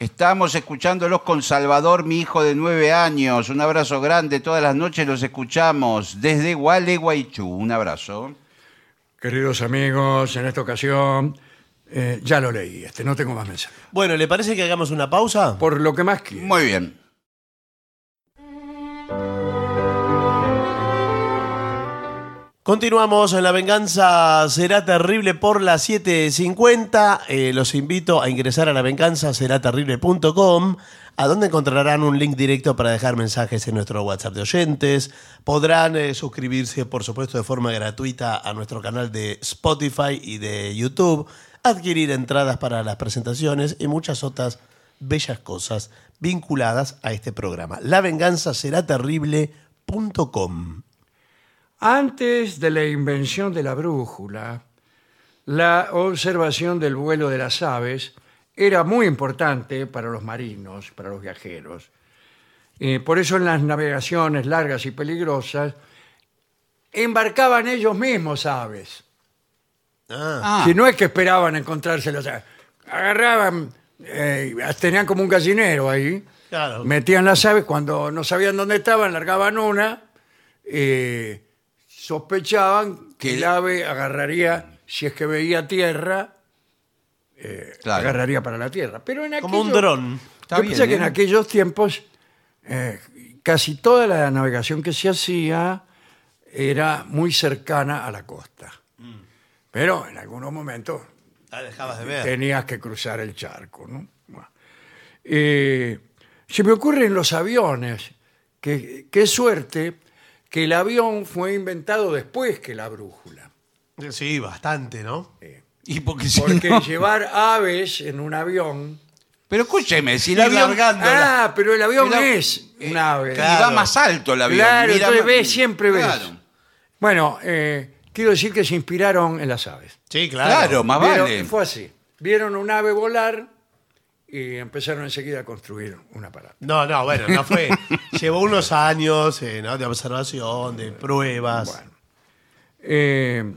[SPEAKER 4] Estamos escuchándolos con Salvador, mi hijo de nueve años. Un abrazo grande. Todas las noches los escuchamos desde Gualeguaychú. Un abrazo.
[SPEAKER 2] Queridos amigos, en esta ocasión eh, ya lo leí, este, no tengo más mensaje.
[SPEAKER 3] Bueno, ¿le parece que hagamos una pausa?
[SPEAKER 2] Por lo que más quiero.
[SPEAKER 4] Muy bien.
[SPEAKER 3] Continuamos en La Venganza Será Terrible por las 7.50. Eh, los invito a ingresar a lavenganzaseraterrible.com, a donde encontrarán un link directo para dejar mensajes en nuestro WhatsApp de oyentes. Podrán eh, suscribirse, por supuesto, de forma gratuita a nuestro canal de Spotify y de YouTube, adquirir entradas para las presentaciones y muchas otras bellas cosas vinculadas a este programa. Lavenganzaseraterrible.com.
[SPEAKER 2] Antes de la invención de la brújula, la observación del vuelo de las aves era muy importante para los marinos, para los viajeros. Eh, por eso en las navegaciones largas y peligrosas embarcaban ellos mismos aves.
[SPEAKER 3] Ah.
[SPEAKER 2] Si no es que esperaban encontrárselas, a- agarraban, eh, tenían como un gallinero ahí,
[SPEAKER 3] Claro.
[SPEAKER 2] metían las aves, cuando no sabían dónde estaban, largaban una, eh, sospechaban que
[SPEAKER 4] Que-
[SPEAKER 2] el ave agarraría, si es que veía tierra,
[SPEAKER 4] Claro.
[SPEAKER 2] agarraría para la tierra. Pero en
[SPEAKER 3] Como un
[SPEAKER 2] aquellos-
[SPEAKER 3] dron.
[SPEAKER 4] Está
[SPEAKER 2] Yo
[SPEAKER 4] bien,
[SPEAKER 2] pensé que
[SPEAKER 4] ¿eh?
[SPEAKER 2] en aquellos tiempos eh, casi toda la navegación que se hacía era muy cercana a la costa.
[SPEAKER 3] Mm.
[SPEAKER 2] Pero en algunos momentos
[SPEAKER 3] La dejabas de ver.
[SPEAKER 2] tenías que cruzar el charco. ¿no? Bueno. Eh, se me ocurren los aviones. que- Qué suerte que el avión fue inventado después que la brújula.
[SPEAKER 3] Eh, Sí, bastante, ¿no?
[SPEAKER 4] Y porque si
[SPEAKER 2] Porque
[SPEAKER 4] no-
[SPEAKER 2] llevar aves en un avión.
[SPEAKER 4] Pero escúcheme, si el
[SPEAKER 3] Y
[SPEAKER 4] avión
[SPEAKER 3] largando. Dándola.
[SPEAKER 2] Ah, pero el avión
[SPEAKER 4] Pero,
[SPEAKER 2] es un ave.
[SPEAKER 4] y
[SPEAKER 3] Claro.
[SPEAKER 4] va eh, más alto el avión.
[SPEAKER 2] Claro,
[SPEAKER 4] mira
[SPEAKER 2] entonces
[SPEAKER 4] más-
[SPEAKER 2] ves, siempre ves.
[SPEAKER 4] Claro,
[SPEAKER 2] Bueno, eh, quiero decir que se inspiraron en las aves.
[SPEAKER 3] Sí,
[SPEAKER 4] Claro, más
[SPEAKER 2] Vieron-
[SPEAKER 4] vale.
[SPEAKER 2] Fue así. Vieron un ave volar y empezaron enseguida a construir un aparato.
[SPEAKER 3] No, no, bueno, no fue. Llevó unos años eh, ¿no? de observación, de pruebas.
[SPEAKER 2] Bueno. Eh,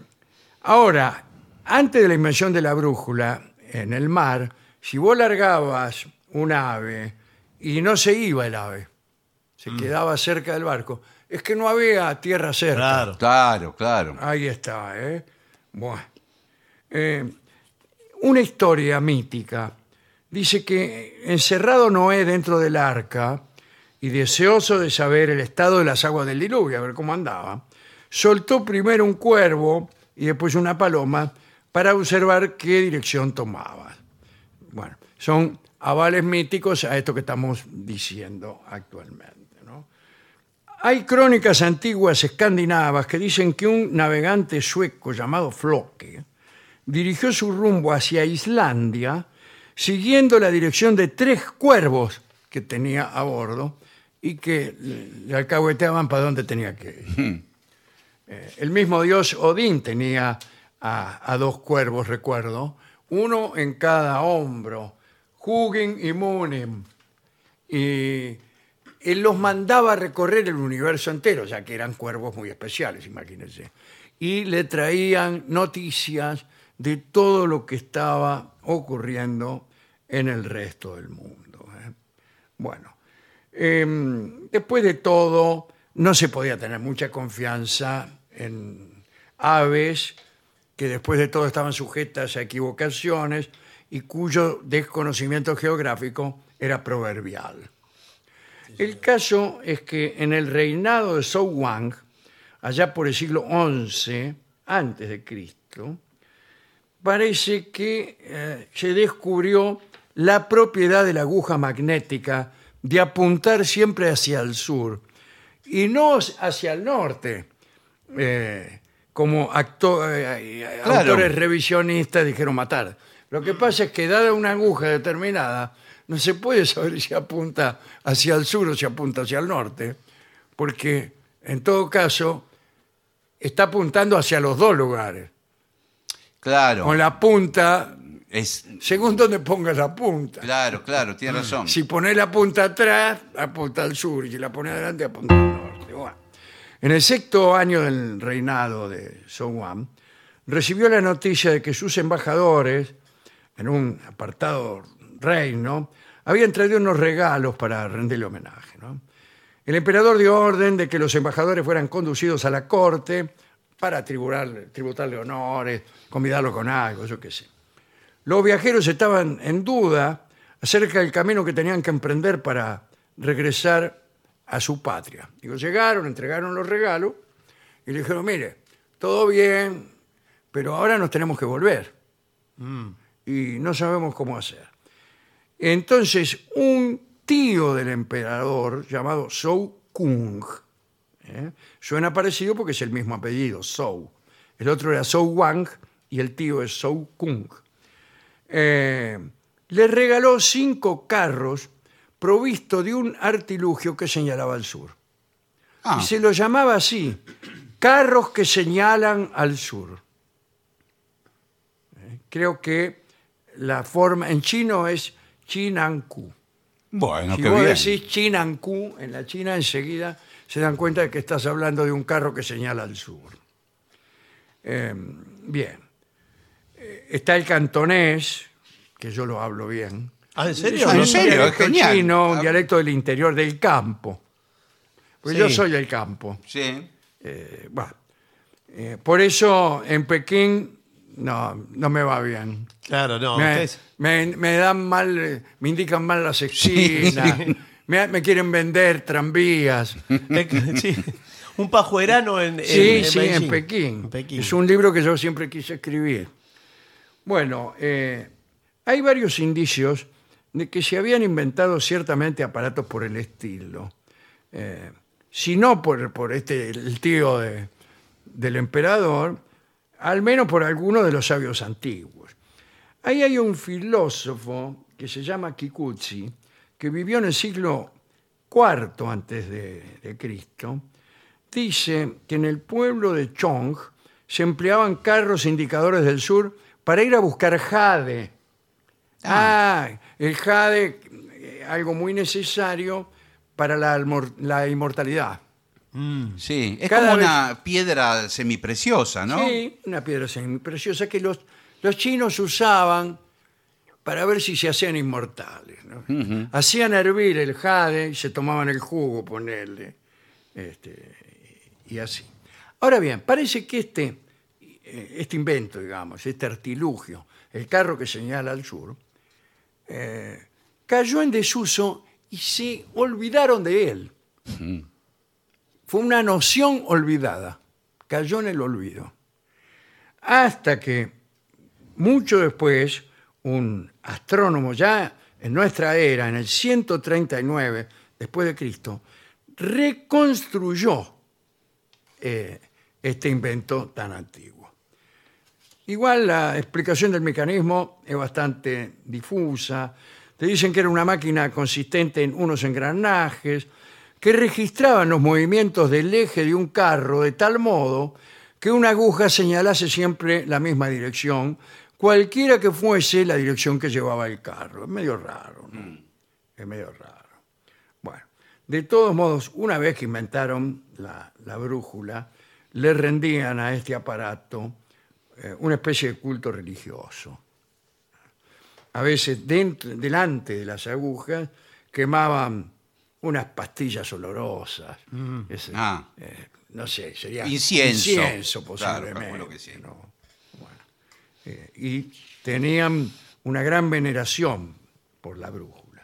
[SPEAKER 2] ahora, antes de la invención de la brújula en el mar, si vos largabas un ave y no se iba el ave, se quedaba cerca del barco, es que no había tierra cerca.
[SPEAKER 3] claro.
[SPEAKER 4] claro, claro.
[SPEAKER 2] Ahí está, ¿eh? Bueno. Eh, una historia mítica. Dice que encerrado Noé dentro del arca y deseoso de saber el estado de las aguas del diluvio, a ver cómo andaba, soltó primero un cuervo y después una paloma para observar qué dirección tomaba. Bueno, son avales míticos a esto que estamos diciendo actualmente, ¿no? Hay crónicas antiguas escandinavas que dicen que un navegante sueco llamado Floque dirigió su rumbo hacia Islandia siguiendo la dirección de tres cuervos que tenía a bordo y que le- le alcahueteaban para donde tenía que ir. Eh, el mismo dios Odín tenía a, a dos cuervos, recuerdo, uno en cada hombro, Hugin y Munim y Eh, él los mandaba a recorrer el universo entero, ya que eran cuervos muy especiales, imagínense. Y le traían noticias de todo lo que estaba ocurriendo en el resto del mundo. ¿eh? Bueno, em, después de todo, no se podía tener mucha confianza en aves que después de todo estaban sujetas a equivocaciones y cuyo desconocimiento geográfico era proverbial. El caso es que en el reinado de Zhou Wang, allá por el siglo XI, antes de Cristo, parece que eh, se descubrió la propiedad de la aguja magnética de apuntar siempre hacia el sur y no hacia el norte, eh, como acto- eh,
[SPEAKER 4] Claro.
[SPEAKER 2] autores revisionistas dijeron matar. Lo que pasa es que dada una aguja determinada, no se puede saber si apunta hacia el sur o si apunta hacia el norte, porque en todo caso está apuntando hacia los dos lugares
[SPEAKER 4] Claro.
[SPEAKER 2] con la punta,
[SPEAKER 4] Es,
[SPEAKER 2] según donde pongas la punta.
[SPEAKER 4] claro, claro, tiene razón.
[SPEAKER 2] Si pones la punta atrás, apunta al sur, y si la pones adelante, apunta al norte. Bueno. En el sexto año del reinado de Song Wan, recibió la noticia de que sus embajadores, en un apartado reino, habían traído unos regalos para rendirle homenaje. ¿no? El emperador dio orden de que los embajadores fueran conducidos a la corte para tributarle, tributarle honores, convidarlo con algo, yo qué sé. Los viajeros estaban en duda acerca del camino que tenían que emprender para regresar a su patria. Digo, llegaron, entregaron los regalos y le dijeron, mire, todo bien, pero ahora nos tenemos que volver y no sabemos cómo hacer. Entonces, un tío del emperador llamado Zhou Kung, ¿eh? suena parecido porque es el mismo apellido, Zhou. El otro era Zhou Wang y el tío es Zhou Kung. Eh, le regaló cinco carros provisto de un artilugio que señalaba al sur.
[SPEAKER 4] Ah,
[SPEAKER 2] Y se lo llamaba así, carros que señalan al sur. Eh, Creo que la forma en chino es Chinanku.
[SPEAKER 4] bueno,
[SPEAKER 2] Si
[SPEAKER 4] qué
[SPEAKER 2] vos
[SPEAKER 4] bien.
[SPEAKER 2] decís Chinanku en la China, enseguida se dan cuenta de que estás hablando de un carro que señala al sur. Eh, bien. Eh, está el cantonés, que yo lo hablo bien.
[SPEAKER 3] Ah, ¿En
[SPEAKER 2] Es
[SPEAKER 3] serio?
[SPEAKER 4] Ah,
[SPEAKER 2] un
[SPEAKER 4] ¿en serio?
[SPEAKER 2] dialecto
[SPEAKER 4] Es genial.
[SPEAKER 2] chino, un
[SPEAKER 4] Ah.
[SPEAKER 2] dialecto del interior del campo. Pues
[SPEAKER 3] Sí.
[SPEAKER 2] yo soy del campo.
[SPEAKER 4] Sí.
[SPEAKER 2] Eh, bueno, eh, por eso en Pekín no, no me va bien.
[SPEAKER 3] Claro, no.
[SPEAKER 2] me,
[SPEAKER 3] ustedes-
[SPEAKER 2] me- me dan mal, eh, me indican mal las esquinas, me, me quieren vender tranvías.
[SPEAKER 3] Sí. Un pajuerano en, en-
[SPEAKER 2] Sí,
[SPEAKER 3] en
[SPEAKER 2] sí,
[SPEAKER 3] Beijing.
[SPEAKER 2] en Pekín.
[SPEAKER 3] En Pekín.
[SPEAKER 2] Es un libro que yo siempre quise escribir. Bueno, eh, hay varios indicios de que se habían inventado ciertamente aparatos por el estilo. Eh, si no por, por este, el tío de- del emperador, al menos por alguno de los sabios antiguos. Ahí hay un filósofo que se llama Kikuchi, que vivió en el siglo IV antes de, de Cristo, dice que en el pueblo de Chong se empleaban carros indicadores del sur para ir a buscar jade. Ah, el jade, eh, algo muy necesario para la, almor- la inmortalidad.
[SPEAKER 4] Sí, es
[SPEAKER 2] Cada
[SPEAKER 4] como
[SPEAKER 2] vez-
[SPEAKER 4] una piedra semipreciosa, ¿no?
[SPEAKER 2] Sí, una piedra semipreciosa que los, los chinos usaban para ver si se hacían inmortales. ¿no? Hacían hervir el jade y se tomaban el jugo, ponerle. Este, y así. Ahora bien, parece que este, eh, este invento, digamos, este artilugio, el carro que señala al sur, eh, cayó en desuso y se olvidaron de él. Fue una noción olvidada. Cayó en el olvido. Hasta que, mucho después, un astrónomo ya en nuestra era, en el 139 después de Cristo, reconstruyó eh, este invento tan antiguo. Igual la explicación del mecanismo es bastante difusa. Te dicen que era una máquina consistente en unos engranajes que registraban los movimientos del eje de un carro de tal modo que una aguja señalase siempre la misma dirección, cualquiera que fuese la dirección que llevaba el carro. Es medio raro, ¿no? Es medio raro. Bueno, de todos modos, una vez que inventaron la, la brújula, le rendían a este aparato eh, una especie de culto religioso. A veces, dentro- delante de las agujas, quemaban unas pastillas olorosas. Ese,
[SPEAKER 4] Ah.
[SPEAKER 2] eh, no sé, sería
[SPEAKER 4] Incienso.
[SPEAKER 2] incienso,
[SPEAKER 4] Claro,
[SPEAKER 2] posiblemente.
[SPEAKER 4] calculo que sí.
[SPEAKER 2] ¿no? Bueno, eh, y tenían una gran veneración por la brújula.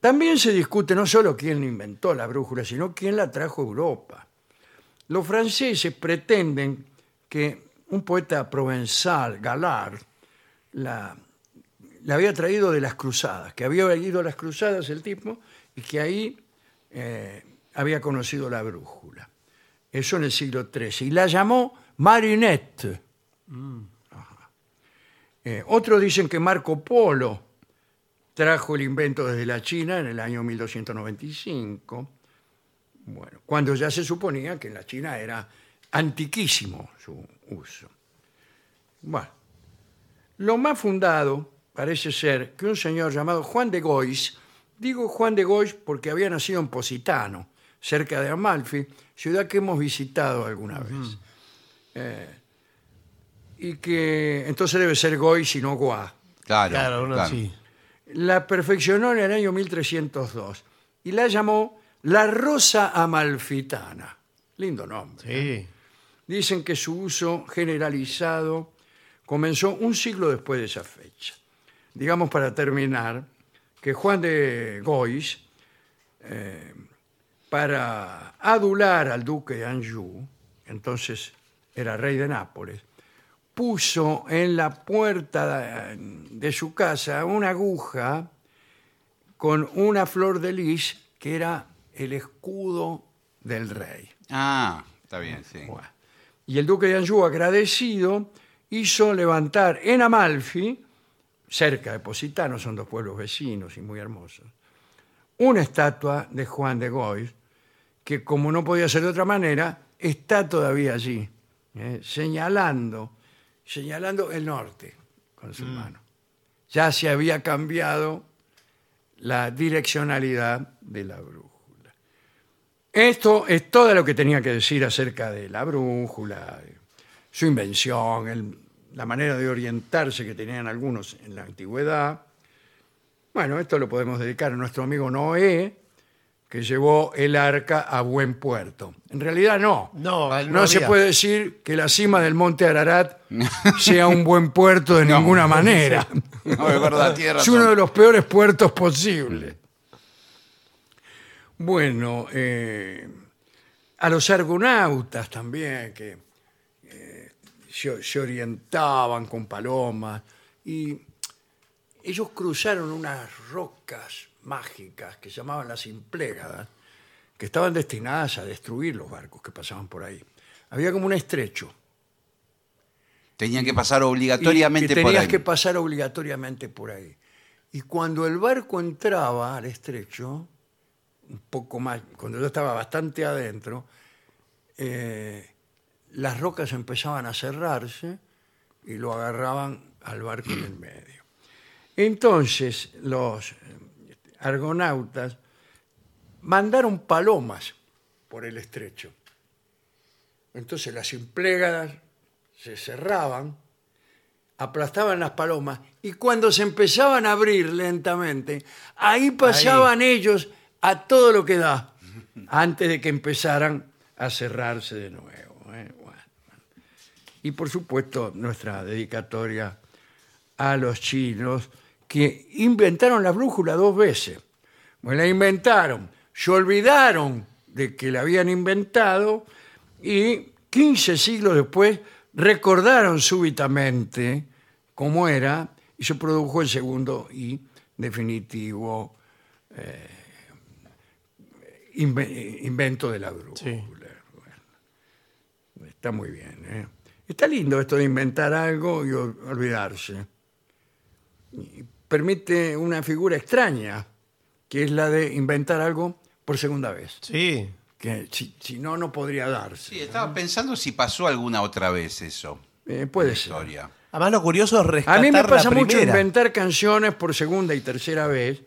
[SPEAKER 2] También se discute no solo quién inventó la brújula, sino quién la trajo a Europa. Los franceses pretenden que un poeta provenzal, Galard, la, la había traído de las cruzadas, que había ido a las cruzadas el tipo y que ahí eh, había conocido la brújula. Eso en el siglo XIII. Y la llamó Marinette. Ajá. Eh, otros dicen que Marco Polo trajo el invento desde la China en el año 1295. Bueno, cuando ya se suponía que en la China era antiquísimo su uso. Bueno, lo más fundado parece ser que un señor llamado Juan de Gois, digo Juan de Gois porque había nacido en Positano, cerca de Amalfi, ciudad que hemos visitado alguna vez. Eh, y que entonces debe ser Gois y no Goa.
[SPEAKER 4] Claro,
[SPEAKER 3] Claro, uno
[SPEAKER 4] claro.
[SPEAKER 3] sí.
[SPEAKER 2] La perfeccionó en el año 1302 y la llamó la Rosa Amalfitana. Lindo nombre.
[SPEAKER 3] Sí.
[SPEAKER 2] Dicen que su uso generalizado comenzó un siglo después de esa fecha. Digamos para terminar que Juan de Gois, eh, para adular al duque de Anjou, entonces era rey de Nápoles, puso en la puerta de su casa una aguja con una flor de lis que era el escudo del rey.
[SPEAKER 4] Ah, está bien, sí.
[SPEAKER 2] Bueno. Y el duque de Anjou, agradecido, hizo levantar en Amalfi, cerca de Positano, son dos pueblos vecinos y muy hermosos, una estatua de Juan de Gois, que como no podía ser de otra manera, está todavía allí, ¿eh? señalando, señalando el norte con su mano. Ya se había cambiado la direccionalidad de la brújula. Esto es todo lo que tenía que decir acerca de la brújula, eh, su invención, el- la manera de orientarse que tenían algunos en la antigüedad. Bueno, esto lo podemos dedicar a nuestro amigo Noé, que llevó el arca a buen puerto. En realidad no.
[SPEAKER 3] No, no
[SPEAKER 2] no se
[SPEAKER 3] había.
[SPEAKER 2] puede decir que la cima del monte Ararat sea un buen puerto de ninguna manera.
[SPEAKER 4] No, es verdad, tiene
[SPEAKER 2] Es
[SPEAKER 4] razón.
[SPEAKER 2] uno de los peores puertos posibles. Bueno, eh, a los argonautas también, que eh, se, se orientaban con palomas, y ellos cruzaron unas rocas mágicas que se llamaban las implégadas, que estaban destinadas a destruir los barcos que pasaban por ahí. Había como un estrecho.
[SPEAKER 4] Tenían que pasar
[SPEAKER 2] Y
[SPEAKER 4] obligatoriamente
[SPEAKER 2] que
[SPEAKER 4] por
[SPEAKER 2] tenías
[SPEAKER 4] ahí.
[SPEAKER 2] que pasar obligatoriamente por ahí. Y cuando el barco entraba al estrecho, un poco más, cuando yo estaba bastante adentro, eh, las rocas empezaban a cerrarse y lo agarraban al barco en el medio. Entonces los eh, argonautas mandaron palomas por el estrecho. Entonces las implégadas se cerraban aplastaban las palomas y cuando se empezaban a abrir lentamente, ahí pasaban ellos a todo lo que da, antes de que empezaran a cerrarse de nuevo. ¿eh? Bueno. Y por supuesto nuestra dedicatoria a los chinos que inventaron la brújula dos veces. Bueno, la inventaron, se olvidaron de que la habían inventado y 15 siglos después recordaron súbitamente cómo era y se produjo el segundo y definitivo eh, inve- eh, invento de la brújula.
[SPEAKER 3] Sí.
[SPEAKER 2] Bueno, está muy bien. ¿eh? Está lindo esto de inventar algo y ol- olvidarse permite una figura extraña, que es la de inventar algo por segunda vez,
[SPEAKER 3] Sí.
[SPEAKER 2] que si, si no, no podría darse.
[SPEAKER 4] Sí, estaba pensando si pasó alguna otra vez eso.
[SPEAKER 2] Eh, puede ser.
[SPEAKER 4] Historia.
[SPEAKER 3] Además, lo curioso es
[SPEAKER 2] A
[SPEAKER 3] rescatar
[SPEAKER 2] mí me pasa
[SPEAKER 3] la
[SPEAKER 2] mucho
[SPEAKER 3] primera.
[SPEAKER 2] inventar canciones por segunda y tercera vez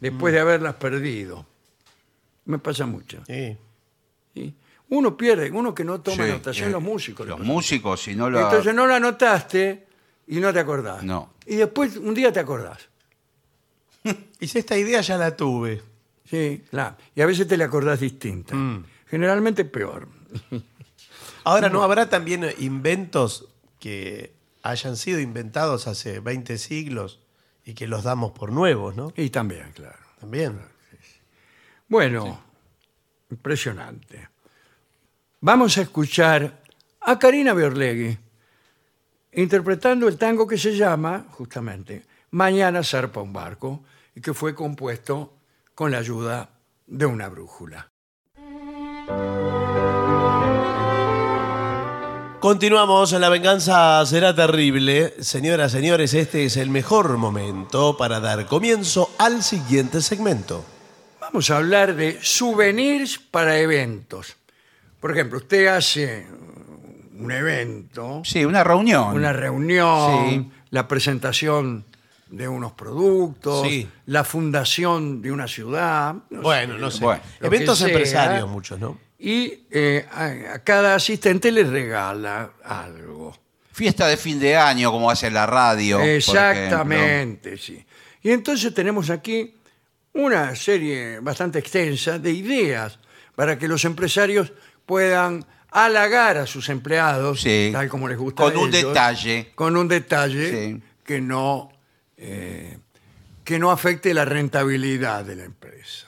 [SPEAKER 2] después
[SPEAKER 4] Mm.
[SPEAKER 2] de haberlas perdido. Me pasa mucho.
[SPEAKER 3] Sí.
[SPEAKER 2] ¿sí? Uno pierde, uno que no toma
[SPEAKER 4] Sí,
[SPEAKER 2] anotación,
[SPEAKER 4] eh,
[SPEAKER 2] los músicos.
[SPEAKER 4] Los
[SPEAKER 2] le pasa.
[SPEAKER 4] músicos, si no lo.
[SPEAKER 2] Entonces no la anotaste y no te acordás.
[SPEAKER 4] No.
[SPEAKER 2] Y después un día te acordás.
[SPEAKER 3] Y si esta idea ya la tuve.
[SPEAKER 2] Sí, la- y a veces te la acordás distinta.
[SPEAKER 4] Mm.
[SPEAKER 2] Generalmente peor.
[SPEAKER 3] Ahora, ¿no habrá también eh, inventos que hayan sido inventados hace 20 siglos y que los damos por nuevos, no?
[SPEAKER 2] Y también, claro.
[SPEAKER 3] También.
[SPEAKER 2] Bueno, impresionante. Vamos a escuchar a Karina Berlegui interpretando el tango que se llama, justamente, Mañana zarpa un barco, y que fue compuesto con la ayuda de una brújula.
[SPEAKER 3] Continuamos, la venganza será terrible. Señoras, señores, este es el mejor momento para dar comienzo al siguiente segmento.
[SPEAKER 2] Vamos a hablar de souvenirs para eventos. Por ejemplo, usted hace un evento,
[SPEAKER 4] Sí, una reunión.
[SPEAKER 2] una reunión,
[SPEAKER 4] Sí.
[SPEAKER 2] la presentación de unos productos,
[SPEAKER 3] Sí.
[SPEAKER 2] la fundación de una ciudad. no
[SPEAKER 3] Bueno,
[SPEAKER 2] sé.
[SPEAKER 3] no sé.
[SPEAKER 4] Bueno,
[SPEAKER 2] lo
[SPEAKER 3] Eventos
[SPEAKER 2] que sea.
[SPEAKER 3] empresarios, muchos, ¿no?
[SPEAKER 2] Y eh, a, a cada asistente le regala algo.
[SPEAKER 4] Fiesta de fin de año, como hace la radio. por ejemplo.
[SPEAKER 2] Exactamente, sí. Y entonces tenemos aquí una serie bastante extensa de ideas para que los empresarios puedan halagar a sus empleados,
[SPEAKER 4] Sí.
[SPEAKER 2] tal como les gusta.
[SPEAKER 4] Con
[SPEAKER 2] a
[SPEAKER 4] un
[SPEAKER 2] ellos,
[SPEAKER 4] detalle.
[SPEAKER 2] Con un detalle
[SPEAKER 4] Sí.
[SPEAKER 2] que no eh, que no afecte la rentabilidad de la empresa.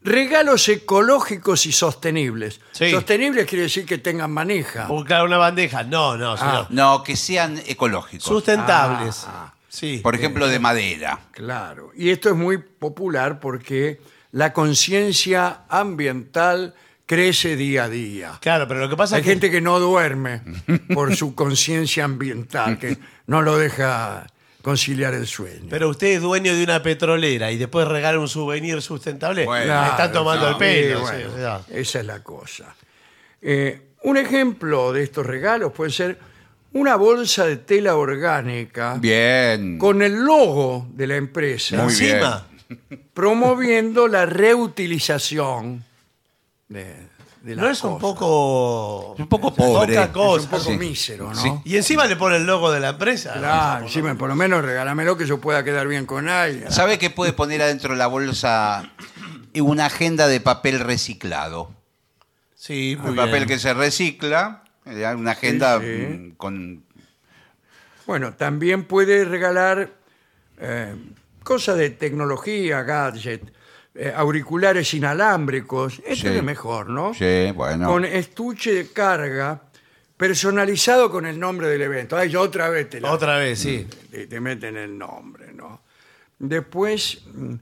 [SPEAKER 2] Regalos ecológicos y sostenibles.
[SPEAKER 3] Sí.
[SPEAKER 2] Sostenibles quiere decir que tengan manija.
[SPEAKER 3] O, claro, Ah. una bandeja. No, no,
[SPEAKER 2] Ah.
[SPEAKER 3] señor.
[SPEAKER 4] No, que sean ecológicos.
[SPEAKER 3] Sustentables.
[SPEAKER 2] Ah, ah.
[SPEAKER 3] Sí.
[SPEAKER 4] Por ejemplo, de madera.
[SPEAKER 2] Claro, y esto es muy popular porque la conciencia ambiental crece día a día.
[SPEAKER 3] Claro, pero lo que pasa
[SPEAKER 2] Hay
[SPEAKER 3] es que
[SPEAKER 2] gente que no duerme por su conciencia ambiental, que no lo deja conciliar el sueño.
[SPEAKER 3] Pero usted es dueño de una petrolera y después regala un souvenir sustentable.
[SPEAKER 4] Bueno,
[SPEAKER 3] le
[SPEAKER 2] Claro,
[SPEAKER 3] están eh, tomando
[SPEAKER 4] no,
[SPEAKER 3] el pelo.
[SPEAKER 2] sí,
[SPEAKER 3] sí,
[SPEAKER 2] bueno,
[SPEAKER 3] o sea,
[SPEAKER 2] Esa es la cosa. Eh, un ejemplo de estos regalos puede ser una bolsa de tela orgánica
[SPEAKER 4] Bien.
[SPEAKER 2] con el logo de la empresa.
[SPEAKER 4] Muy bien.
[SPEAKER 3] encima.
[SPEAKER 2] promoviendo la reutilización de, de las
[SPEAKER 3] ¿No es un
[SPEAKER 2] cosas.
[SPEAKER 3] poco.
[SPEAKER 4] Un poco
[SPEAKER 3] es
[SPEAKER 4] pobre.
[SPEAKER 3] Poca
[SPEAKER 2] Es un
[SPEAKER 3] cosa.
[SPEAKER 2] poco
[SPEAKER 4] Sí.
[SPEAKER 2] mísero, ¿no?
[SPEAKER 4] Sí.
[SPEAKER 3] Y encima le pone el logo de la empresa.
[SPEAKER 2] Claro, Ah, sí, me- por lo menos regálamelo que yo pueda quedar bien con alguien.
[SPEAKER 4] ¿Sabe qué puede poner adentro de la bolsa y una agenda de papel reciclado.
[SPEAKER 3] Sí, muy
[SPEAKER 4] El
[SPEAKER 3] bien.
[SPEAKER 4] papel que se recicla, eh, una agenda
[SPEAKER 2] sí.
[SPEAKER 4] mm, con...
[SPEAKER 2] Bueno, también puede regalar eh, cosas de tecnología, gadget, eh, auriculares inalámbricos, este
[SPEAKER 4] Sí.
[SPEAKER 2] es mejor, ¿no?
[SPEAKER 4] Sí, bueno.
[SPEAKER 2] Con estuche de carga personalizado con el nombre del evento. Ay, yo otra vez te la-
[SPEAKER 3] Otra vez, sí.
[SPEAKER 4] Mm.
[SPEAKER 2] te, te meten el nombre, ¿no? Después, mm,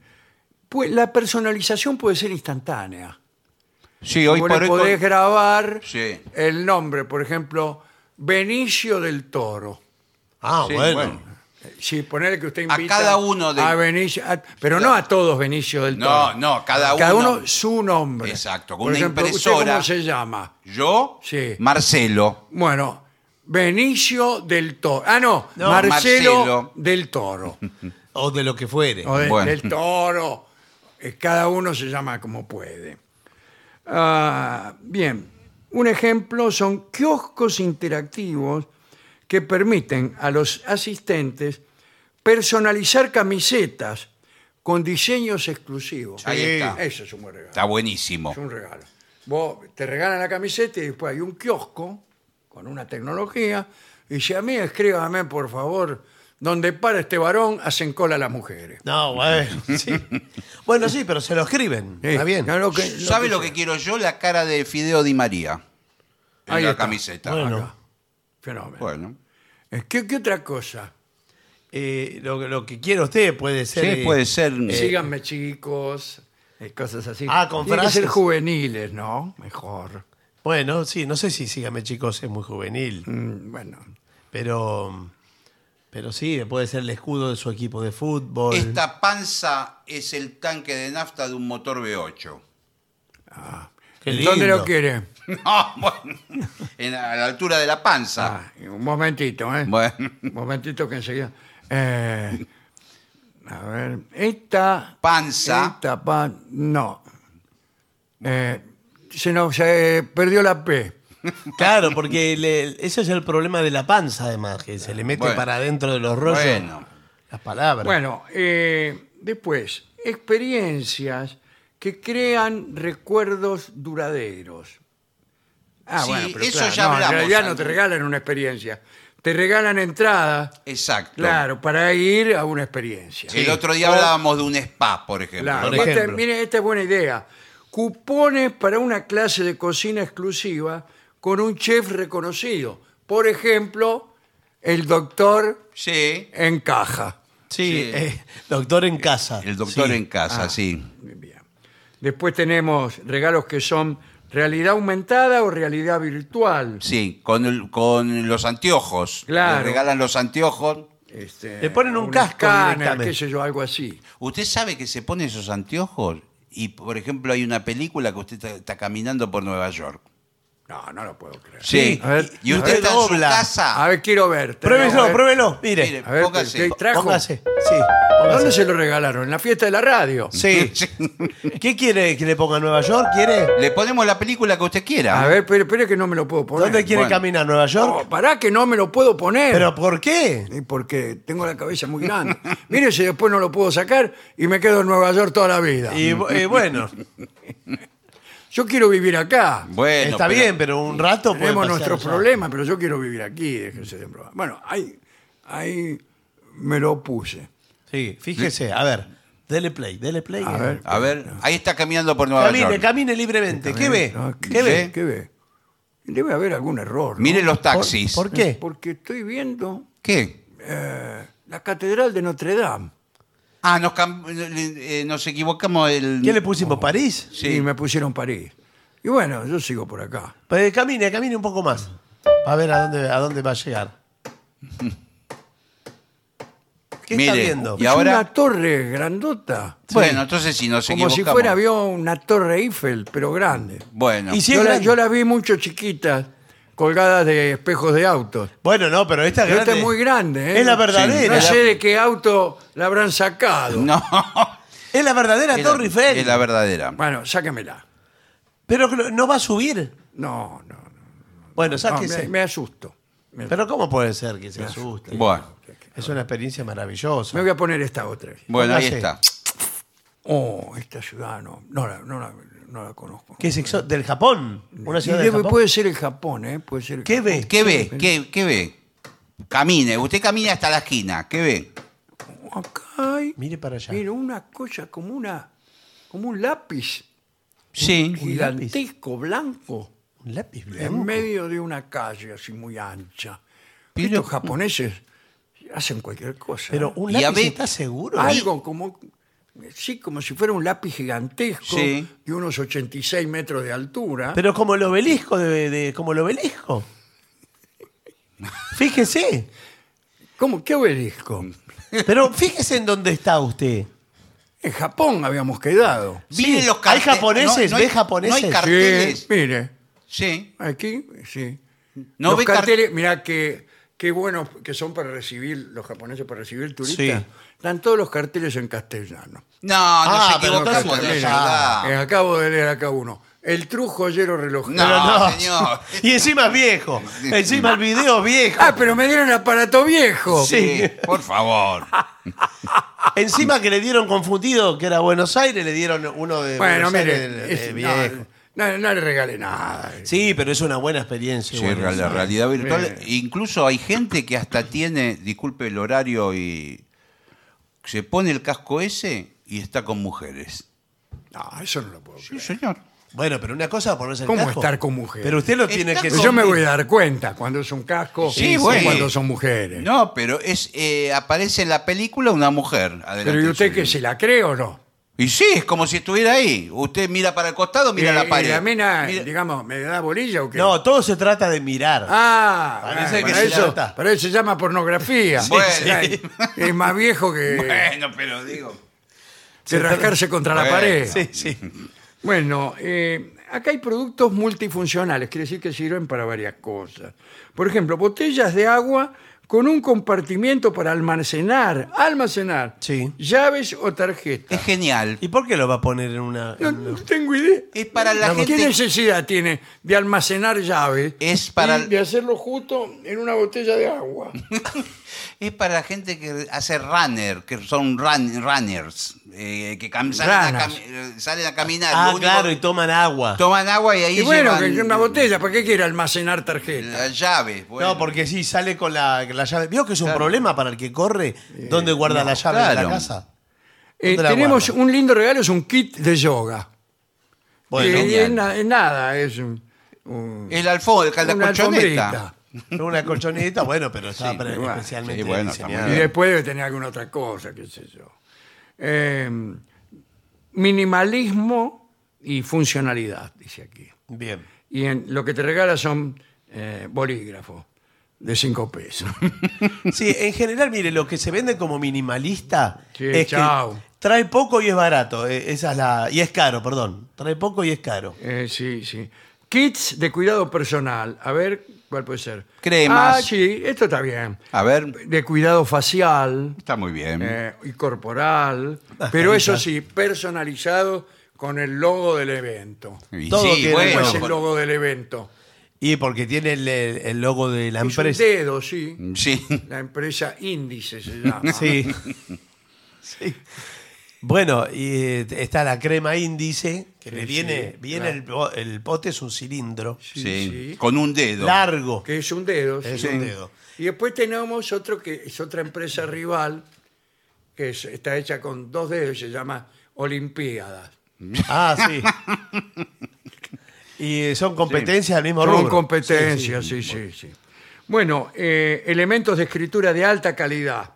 [SPEAKER 2] pues la personalización puede ser instantánea.
[SPEAKER 4] Sí, hoy
[SPEAKER 2] Vos
[SPEAKER 4] por
[SPEAKER 2] le
[SPEAKER 4] hoy... con-
[SPEAKER 2] podés grabar
[SPEAKER 4] Sí.
[SPEAKER 2] el nombre, por ejemplo, Benicio del Toro. Eh,
[SPEAKER 3] Ah,
[SPEAKER 4] Sí,
[SPEAKER 3] bueno.
[SPEAKER 4] bueno.
[SPEAKER 2] Sí, ponerle que usted invita
[SPEAKER 4] cada uno de-
[SPEAKER 2] a Benicio, a- pero no a todos Benicio del
[SPEAKER 4] No,
[SPEAKER 2] Toro.
[SPEAKER 4] no, cada
[SPEAKER 2] uno.
[SPEAKER 4] uno
[SPEAKER 2] su nombre.
[SPEAKER 4] Exacto, con
[SPEAKER 2] Por
[SPEAKER 4] una
[SPEAKER 2] ejemplo, ¿usted
[SPEAKER 4] impresora.
[SPEAKER 2] ¿Cómo se llama?
[SPEAKER 4] Yo,
[SPEAKER 2] Sí.
[SPEAKER 4] Marcelo.
[SPEAKER 2] Bueno, Benicio del Toro. Ah, no,
[SPEAKER 3] No,
[SPEAKER 2] Marcelo,
[SPEAKER 4] Marcelo.
[SPEAKER 2] del Toro.
[SPEAKER 3] O de lo que fuere.
[SPEAKER 2] o de-
[SPEAKER 4] Bueno.
[SPEAKER 2] del Toro. Eh, Cada uno se llama como puede. Ah, bien, un ejemplo son kioscos interactivos que permiten a los asistentes personalizar camisetas con diseños exclusivos.
[SPEAKER 4] Ahí está.
[SPEAKER 2] Eso es un buen regalo.
[SPEAKER 4] Está buenísimo.
[SPEAKER 2] Es un regalo. Vos te regalan la camiseta y después hay un kiosco con una tecnología y dice, a mí escríbame, por favor, donde para este varón hacen cola las mujeres.
[SPEAKER 3] No, bueno, sí. Bueno, sí, pero se lo escriben.
[SPEAKER 2] Sí,
[SPEAKER 3] Está bien.
[SPEAKER 2] ya lo que- lo
[SPEAKER 4] ¿Sabe
[SPEAKER 2] que
[SPEAKER 4] lo
[SPEAKER 2] sea.
[SPEAKER 4] que quiero yo? La cara de Fideo Di María. En
[SPEAKER 2] Ahí
[SPEAKER 4] la
[SPEAKER 2] está.
[SPEAKER 4] camiseta.
[SPEAKER 3] Bueno.
[SPEAKER 2] Acá. Fenómeno.
[SPEAKER 4] Bueno.
[SPEAKER 2] Eh, ¿Qué, qué otra cosa?
[SPEAKER 3] Eh, lo, lo que quiera usted puede ser.
[SPEAKER 4] Sí,
[SPEAKER 3] eh,
[SPEAKER 4] puede ser.
[SPEAKER 2] Síganme, chicos. eh, Cosas así.
[SPEAKER 3] Ah, con
[SPEAKER 2] Tienen que
[SPEAKER 3] frases.
[SPEAKER 2] ser juveniles, ¿no? Mejor.
[SPEAKER 3] Bueno, sí, no sé si sígame, chicos, es muy juvenil.
[SPEAKER 2] Mm, bueno.
[SPEAKER 3] Pero. Pero sí, puede ser el escudo de su equipo de fútbol.
[SPEAKER 4] Esta panza es el tanque de nafta de un motor V8.
[SPEAKER 3] Qué
[SPEAKER 2] ¿Dónde
[SPEAKER 3] lindo.
[SPEAKER 2] lo quiere?
[SPEAKER 4] No, bueno, en- a la altura de la panza.
[SPEAKER 2] Ah, un momentito, ¿eh?
[SPEAKER 4] Bueno,
[SPEAKER 2] Un momentito que enseguida. Eh, a ver, esta.
[SPEAKER 4] panza.
[SPEAKER 2] Esta pan. No. Eh, se nos se perdió la P.
[SPEAKER 3] Claro, porque le- ese es el problema de la panza, además, que se le mete
[SPEAKER 4] Bueno.
[SPEAKER 3] para adentro de los rollos
[SPEAKER 4] Bueno.
[SPEAKER 3] las palabras.
[SPEAKER 2] Bueno, eh, después, experiencias que crean recuerdos duraderos. Ah,
[SPEAKER 4] Sí,
[SPEAKER 2] bueno, pero
[SPEAKER 4] eso
[SPEAKER 2] claro,
[SPEAKER 4] ya
[SPEAKER 2] no,
[SPEAKER 4] hablamos
[SPEAKER 2] En realidad no
[SPEAKER 4] antes.
[SPEAKER 2] te regalan una experiencia, te regalan entrada,
[SPEAKER 4] Exacto.
[SPEAKER 2] claro, para ir a una experiencia.
[SPEAKER 4] El otro día
[SPEAKER 3] O-
[SPEAKER 4] hablábamos de un spa, por ejemplo.
[SPEAKER 2] Claro,
[SPEAKER 3] Por
[SPEAKER 2] esta-
[SPEAKER 3] ejemplo.
[SPEAKER 2] mire, esta es buena idea. Cupones para una clase de cocina exclusiva con un chef reconocido. Por ejemplo, el doctor
[SPEAKER 4] Sí.
[SPEAKER 2] en caja.
[SPEAKER 3] sí,
[SPEAKER 4] sí.
[SPEAKER 3] eh, doctor en casa.
[SPEAKER 4] El doctor
[SPEAKER 3] Sí. Ah.
[SPEAKER 4] en casa, sí.
[SPEAKER 2] Bien. Después tenemos regalos que son realidad aumentada o realidad virtual.
[SPEAKER 4] Sí, con, el- con los anteojos.
[SPEAKER 2] Claro.
[SPEAKER 4] Le regalan los anteojos.
[SPEAKER 2] Este,
[SPEAKER 3] Le ponen un casco
[SPEAKER 2] escáner,
[SPEAKER 3] directamente.
[SPEAKER 2] qué sé yo, algo así.
[SPEAKER 4] ¿Usted sabe que se pone esos anteojos? Y, por ejemplo, hay una película que usted está, está caminando por Nueva York.
[SPEAKER 2] No, no lo puedo creer.
[SPEAKER 4] Sí.
[SPEAKER 2] A ver,
[SPEAKER 4] y
[SPEAKER 3] a
[SPEAKER 4] usted
[SPEAKER 3] ver,
[SPEAKER 4] está en su
[SPEAKER 3] dobla.
[SPEAKER 4] casa.
[SPEAKER 2] A ver, quiero verte. A
[SPEAKER 3] Pruébelo,
[SPEAKER 2] ver,
[SPEAKER 3] pruébelo. Mire,
[SPEAKER 4] Mire,
[SPEAKER 2] A ver,
[SPEAKER 4] Póngase.
[SPEAKER 2] ¿qué trajo?
[SPEAKER 3] póngase. Sí, póngase.
[SPEAKER 2] ¿Dónde se lo regalaron? En la fiesta de la radio.
[SPEAKER 3] Sí. ¿Qué quiere que le ponga Nueva York? ¿Quiere?
[SPEAKER 4] Le ponemos la película que usted quiera.
[SPEAKER 2] A ver, pero, pero es que no me lo puedo poner.
[SPEAKER 3] ¿Dónde quiere
[SPEAKER 4] bueno.
[SPEAKER 3] caminar? ¿Nueva York?
[SPEAKER 2] No, pará que no me lo puedo poner.
[SPEAKER 3] ¿Pero por qué?
[SPEAKER 2] Y Porque tengo la cabeza muy grande. Mire si después no lo puedo sacar y me quedo en Nueva York toda la vida.
[SPEAKER 3] Y, bu- y bueno,
[SPEAKER 2] Yo quiero vivir acá.
[SPEAKER 4] Bueno,
[SPEAKER 3] está
[SPEAKER 4] pero-
[SPEAKER 3] bien, pero un rato puede
[SPEAKER 2] Tenemos
[SPEAKER 3] pasar
[SPEAKER 2] nuestros
[SPEAKER 3] ya.
[SPEAKER 2] problemas, pero yo quiero vivir aquí, déjense de probar. Bueno, ahí, ahí me lo puse.
[SPEAKER 3] Sí, fíjese, a ver, dele play, dele play.
[SPEAKER 2] A ver.
[SPEAKER 4] A ver, ahí está caminando por Nueva
[SPEAKER 3] Camine,
[SPEAKER 4] York.
[SPEAKER 3] camine libremente. ¿Qué ve?
[SPEAKER 2] No,
[SPEAKER 3] ¿Qué ve?
[SPEAKER 2] Ah, ¿Qué ve? Debe haber algún error. ¿no?
[SPEAKER 4] Mire los
[SPEAKER 3] ¿Por-
[SPEAKER 4] taxis.
[SPEAKER 3] ¿Por, qué?
[SPEAKER 2] Porque estoy viendo eh,
[SPEAKER 4] ¿Qué?
[SPEAKER 2] la Catedral de Notre Dame.
[SPEAKER 4] Ah, nos, cam- eh, eh, nos equivocamos. El...
[SPEAKER 3] ¿Qué le pusimos? ¿París?
[SPEAKER 4] Sí.
[SPEAKER 2] Y me pusieron París. Y bueno, yo sigo por acá.
[SPEAKER 3] Pues, camine, camine un poco más. A ver a dónde, a dónde va a llegar. ¿Qué está
[SPEAKER 4] Mire,
[SPEAKER 3] viendo?
[SPEAKER 4] Y
[SPEAKER 2] es
[SPEAKER 4] ahora-
[SPEAKER 2] una torre grandota.
[SPEAKER 4] Bueno, entonces si nos
[SPEAKER 2] Como
[SPEAKER 4] equivocamos.
[SPEAKER 2] si fuera vio una torre Eiffel, pero grande.
[SPEAKER 4] Bueno,
[SPEAKER 3] Y si- Sí,
[SPEAKER 2] yo,
[SPEAKER 3] es
[SPEAKER 2] la,
[SPEAKER 3] grande.
[SPEAKER 2] yo la vi mucho chiquitas, colgadas de espejos de autos.
[SPEAKER 3] Bueno, no, pero esta es
[SPEAKER 2] Pero
[SPEAKER 3] grande.
[SPEAKER 2] Esta es muy grande, ¿eh?
[SPEAKER 3] Es la
[SPEAKER 2] No-
[SPEAKER 3] verdadera.
[SPEAKER 2] No sé de qué auto la habrán sacado.
[SPEAKER 4] no.
[SPEAKER 3] Es la verdadera
[SPEAKER 4] Es la-
[SPEAKER 3] Torre Eiffel.
[SPEAKER 4] Es la verdadera.
[SPEAKER 2] Bueno, sáquemela.
[SPEAKER 3] Pero que no- no va a subir.
[SPEAKER 2] No, no. no.
[SPEAKER 3] Bueno,
[SPEAKER 2] No,
[SPEAKER 3] sáquese.
[SPEAKER 2] me, me asusto. Me,
[SPEAKER 3] Pero ¿cómo puede ser que se asuste?
[SPEAKER 4] Bueno,
[SPEAKER 3] Es una experiencia
[SPEAKER 2] me
[SPEAKER 3] maravillosa.
[SPEAKER 2] voy a poner esta otra.
[SPEAKER 4] bueno ahí
[SPEAKER 3] Póngase.
[SPEAKER 4] está.
[SPEAKER 2] Oh, esta ciudad no, no la, no la- no la conozco.
[SPEAKER 3] ¿Qué es exo- ¿Del Japón? ¿Una
[SPEAKER 2] Y
[SPEAKER 3] ciudad
[SPEAKER 2] debe-
[SPEAKER 3] del Japón?
[SPEAKER 2] Puede ser el Japón, ¿eh? Puede ser el
[SPEAKER 3] ¿Qué
[SPEAKER 2] Japón.
[SPEAKER 3] ve?
[SPEAKER 4] ¿Qué ve? ¿Qué, qué ve? Camine, usted camina hasta la esquina, ¿qué ve?
[SPEAKER 2] Acá hay,
[SPEAKER 3] Mire para allá.
[SPEAKER 2] mira, una cosa como una, como un lápiz
[SPEAKER 4] Sí.
[SPEAKER 3] Un lápiz.
[SPEAKER 2] gigantesco, blanco,
[SPEAKER 3] Un lápiz blanco.
[SPEAKER 2] en medio de una calle así muy ancha.
[SPEAKER 4] Pero-
[SPEAKER 2] Estos japoneses hacen cualquier cosa.
[SPEAKER 3] Pero un
[SPEAKER 4] Y a
[SPEAKER 3] lápiz,
[SPEAKER 4] ver-
[SPEAKER 3] ¿está seguro?
[SPEAKER 2] Algo como, sí, como si fuera un lápiz gigantesco
[SPEAKER 4] Sí.
[SPEAKER 2] de unos 86 metros de altura.
[SPEAKER 3] Pero como el obelisco de, de- como el obelisco. Fíjese.
[SPEAKER 2] ¿Cómo? ¿Qué obelisco?
[SPEAKER 3] Pero fíjese en dónde está usted.
[SPEAKER 2] En Japón habíamos quedado.
[SPEAKER 4] Miren
[SPEAKER 3] Sí,
[SPEAKER 4] los
[SPEAKER 3] hay
[SPEAKER 4] carteles.
[SPEAKER 3] japoneses, ve japoneses.
[SPEAKER 4] No hay
[SPEAKER 2] Sí,
[SPEAKER 4] carteles.
[SPEAKER 2] mire,
[SPEAKER 4] Sí.
[SPEAKER 2] aquí, sí.
[SPEAKER 4] No
[SPEAKER 2] los
[SPEAKER 4] ve car-
[SPEAKER 2] carteles, mirá que qué buenos que son para recibir, los japoneses para recibir turistas.
[SPEAKER 3] Sí.
[SPEAKER 2] Están todos los carteles en castellano.
[SPEAKER 4] No, no
[SPEAKER 3] Ah,
[SPEAKER 4] se
[SPEAKER 3] pero
[SPEAKER 4] equivocamos
[SPEAKER 3] ¿cómo
[SPEAKER 4] de
[SPEAKER 3] te-
[SPEAKER 4] ciudad.
[SPEAKER 2] Eh, acabo de leer acá uno. El trujoyero relojero.
[SPEAKER 3] Pero
[SPEAKER 4] No,
[SPEAKER 3] no.
[SPEAKER 4] Ah, señor.
[SPEAKER 3] Y encima es viejo. Encima el video es viejo.
[SPEAKER 2] Ah, pero me dieron aparato viejo.
[SPEAKER 3] Sí.
[SPEAKER 4] Sí, por favor.
[SPEAKER 3] Encima que le dieron confundido que era Buenos Aires, le dieron uno de
[SPEAKER 2] Bueno,
[SPEAKER 3] Buenos
[SPEAKER 2] mire,
[SPEAKER 3] Aires de- de
[SPEAKER 2] es-
[SPEAKER 3] viejo.
[SPEAKER 2] no, eh. no- no le regalé nada.
[SPEAKER 3] Sí, pero es una buena experiencia.
[SPEAKER 4] Sí,
[SPEAKER 3] Buenos
[SPEAKER 4] la la
[SPEAKER 3] Aires.
[SPEAKER 4] realidad virtual.
[SPEAKER 2] Eh.
[SPEAKER 4] Incluso hay gente que hasta tiene, disculpe el horario, y se pone el casco ese y está con mujeres.
[SPEAKER 2] No, eso no lo puedo creer.
[SPEAKER 4] Sí, señor.
[SPEAKER 3] Bueno, pero una cosa es ponerse el
[SPEAKER 2] ¿Cómo
[SPEAKER 3] casco.
[SPEAKER 2] estar con mujeres?
[SPEAKER 3] Pero usted lo tiene
[SPEAKER 4] Estar
[SPEAKER 3] que
[SPEAKER 4] con-
[SPEAKER 2] Yo me voy a dar cuenta cuando es un casco
[SPEAKER 4] Sí,
[SPEAKER 2] y
[SPEAKER 4] bueno.
[SPEAKER 2] cuando son mujeres.
[SPEAKER 4] No, pero es eh, aparece en la película una mujer. adelante
[SPEAKER 2] pero ¿y
[SPEAKER 4] de
[SPEAKER 2] usted
[SPEAKER 4] su-
[SPEAKER 2] que se la cree o no?
[SPEAKER 4] Y sí, es como si estuviera ahí. Usted mira para el costado, mira
[SPEAKER 2] Eh,
[SPEAKER 4] la pared.
[SPEAKER 2] ¿Y la mina,
[SPEAKER 4] Mira-
[SPEAKER 2] digamos, me da bolilla o qué?
[SPEAKER 3] No, todo se trata de mirar.
[SPEAKER 2] Ah,
[SPEAKER 3] Parece
[SPEAKER 2] bueno,
[SPEAKER 3] que
[SPEAKER 2] para,
[SPEAKER 3] se la
[SPEAKER 2] eso,
[SPEAKER 3] nota.
[SPEAKER 2] para eso se llama pornografía.
[SPEAKER 4] Bueno.
[SPEAKER 2] Ay, Es más viejo que,
[SPEAKER 4] Bueno, pero digo.
[SPEAKER 2] que rascarse contra la
[SPEAKER 4] Bueno.
[SPEAKER 2] pared.
[SPEAKER 3] Sí, sí.
[SPEAKER 2] Bueno, eh, acá hay productos multifuncionales, quiere decir que sirven para varias cosas. Por ejemplo, botellas de agua con un compartimiento para almacenar, almacenar
[SPEAKER 3] Sí.
[SPEAKER 2] llaves o
[SPEAKER 4] Es
[SPEAKER 2] tarjetas.
[SPEAKER 4] genial.
[SPEAKER 3] ¿Y por qué lo va a poner en una.?
[SPEAKER 2] No, no tengo idea.
[SPEAKER 4] Es para la
[SPEAKER 2] ¿Qué
[SPEAKER 4] gente.
[SPEAKER 2] necesidad tiene de almacenar llaves
[SPEAKER 4] Es para-
[SPEAKER 2] y de hacerlo justo en una botella de agua?
[SPEAKER 4] Es para la gente que hace runner, que son run- runners, eh, que cam- salen, a
[SPEAKER 2] Ranas.
[SPEAKER 4] cami- eh, salen a caminar.
[SPEAKER 3] Ah,
[SPEAKER 4] Lo único-
[SPEAKER 3] claro, y toman agua.
[SPEAKER 4] Toman agua y ahí
[SPEAKER 2] Y bueno, que
[SPEAKER 4] llevan
[SPEAKER 2] es una botella, ¿para qué quiere almacenar tarjetas?
[SPEAKER 4] Las llaves. bueno.
[SPEAKER 3] No, porque si sale con la, la llave. ¿Vio que es un problema para el que corre? ¿Dónde guarda la llave de
[SPEAKER 4] Eh, claro.
[SPEAKER 3] la casa?
[SPEAKER 2] Eh,
[SPEAKER 3] ¿Dónde la
[SPEAKER 2] tenemos
[SPEAKER 3] guarda?
[SPEAKER 2] un lindo regalo, es un kit de yoga.
[SPEAKER 3] Bueno,
[SPEAKER 2] Que es, na- es nada, es un- un-
[SPEAKER 4] El alfombra, la
[SPEAKER 2] una
[SPEAKER 4] colchoneta.
[SPEAKER 2] alfombrita.
[SPEAKER 3] una colchoneta, bueno, pero está
[SPEAKER 4] Sí,
[SPEAKER 3] pre-
[SPEAKER 2] bueno,
[SPEAKER 3] especialmente
[SPEAKER 4] sí, bueno, está muy
[SPEAKER 3] diseñada.
[SPEAKER 2] Y
[SPEAKER 4] bien.
[SPEAKER 2] después debe tener alguna otra cosa, qué sé yo. Eh, minimalismo y funcionalidad, dice aquí.
[SPEAKER 3] Bien.
[SPEAKER 2] Y en, lo que te regala son eh, bolígrafos de cinco pesos.
[SPEAKER 3] Sí, en general, mire, lo que se vende como minimalista
[SPEAKER 2] Sí,
[SPEAKER 3] es
[SPEAKER 2] chao.
[SPEAKER 3] que trae poco y es barato. eh, Esa es la. Y es caro, perdón. Trae poco y es caro.
[SPEAKER 2] Eh, sí, sí. Kits de cuidado personal. A ver, ¿cuál puede ser?
[SPEAKER 4] Cremas.
[SPEAKER 2] Ah, sí, esto está bien.
[SPEAKER 4] A ver,
[SPEAKER 2] De cuidado facial
[SPEAKER 4] está muy bien.
[SPEAKER 2] eh, y corporal, pero eso sí, personalizado con el logo del evento.
[SPEAKER 4] Y
[SPEAKER 3] todo
[SPEAKER 4] sí,
[SPEAKER 3] queda
[SPEAKER 2] ¿Cómo
[SPEAKER 4] bueno,
[SPEAKER 2] es
[SPEAKER 3] con-
[SPEAKER 2] el logo del evento?
[SPEAKER 3] Y porque tiene el, el- el logo de la
[SPEAKER 2] Es un
[SPEAKER 3] empresa.
[SPEAKER 2] dedo, sí.
[SPEAKER 4] Sí.
[SPEAKER 2] La empresa Índice se llama.
[SPEAKER 3] Sí. Sí. Bueno, y eh, está la crema índice, que le
[SPEAKER 2] Sí,
[SPEAKER 3] viene,
[SPEAKER 2] sí,
[SPEAKER 3] viene el po- el, pote, es un cilindro
[SPEAKER 4] Sí,
[SPEAKER 2] sí.
[SPEAKER 4] con un dedo.
[SPEAKER 3] largo.
[SPEAKER 2] Que es un dedo.
[SPEAKER 3] Es
[SPEAKER 2] sí.
[SPEAKER 3] un dedo.
[SPEAKER 2] Y después tenemos otro que es otra empresa rival que es- está hecha con dos dedos y se llama Olimpiadas.
[SPEAKER 3] Ah, sí. y eh, son competencias del mismo
[SPEAKER 2] Son
[SPEAKER 3] rubro.
[SPEAKER 2] competencias, sí, sí, sí. Bueno, eh, elementos de escritura de alta calidad.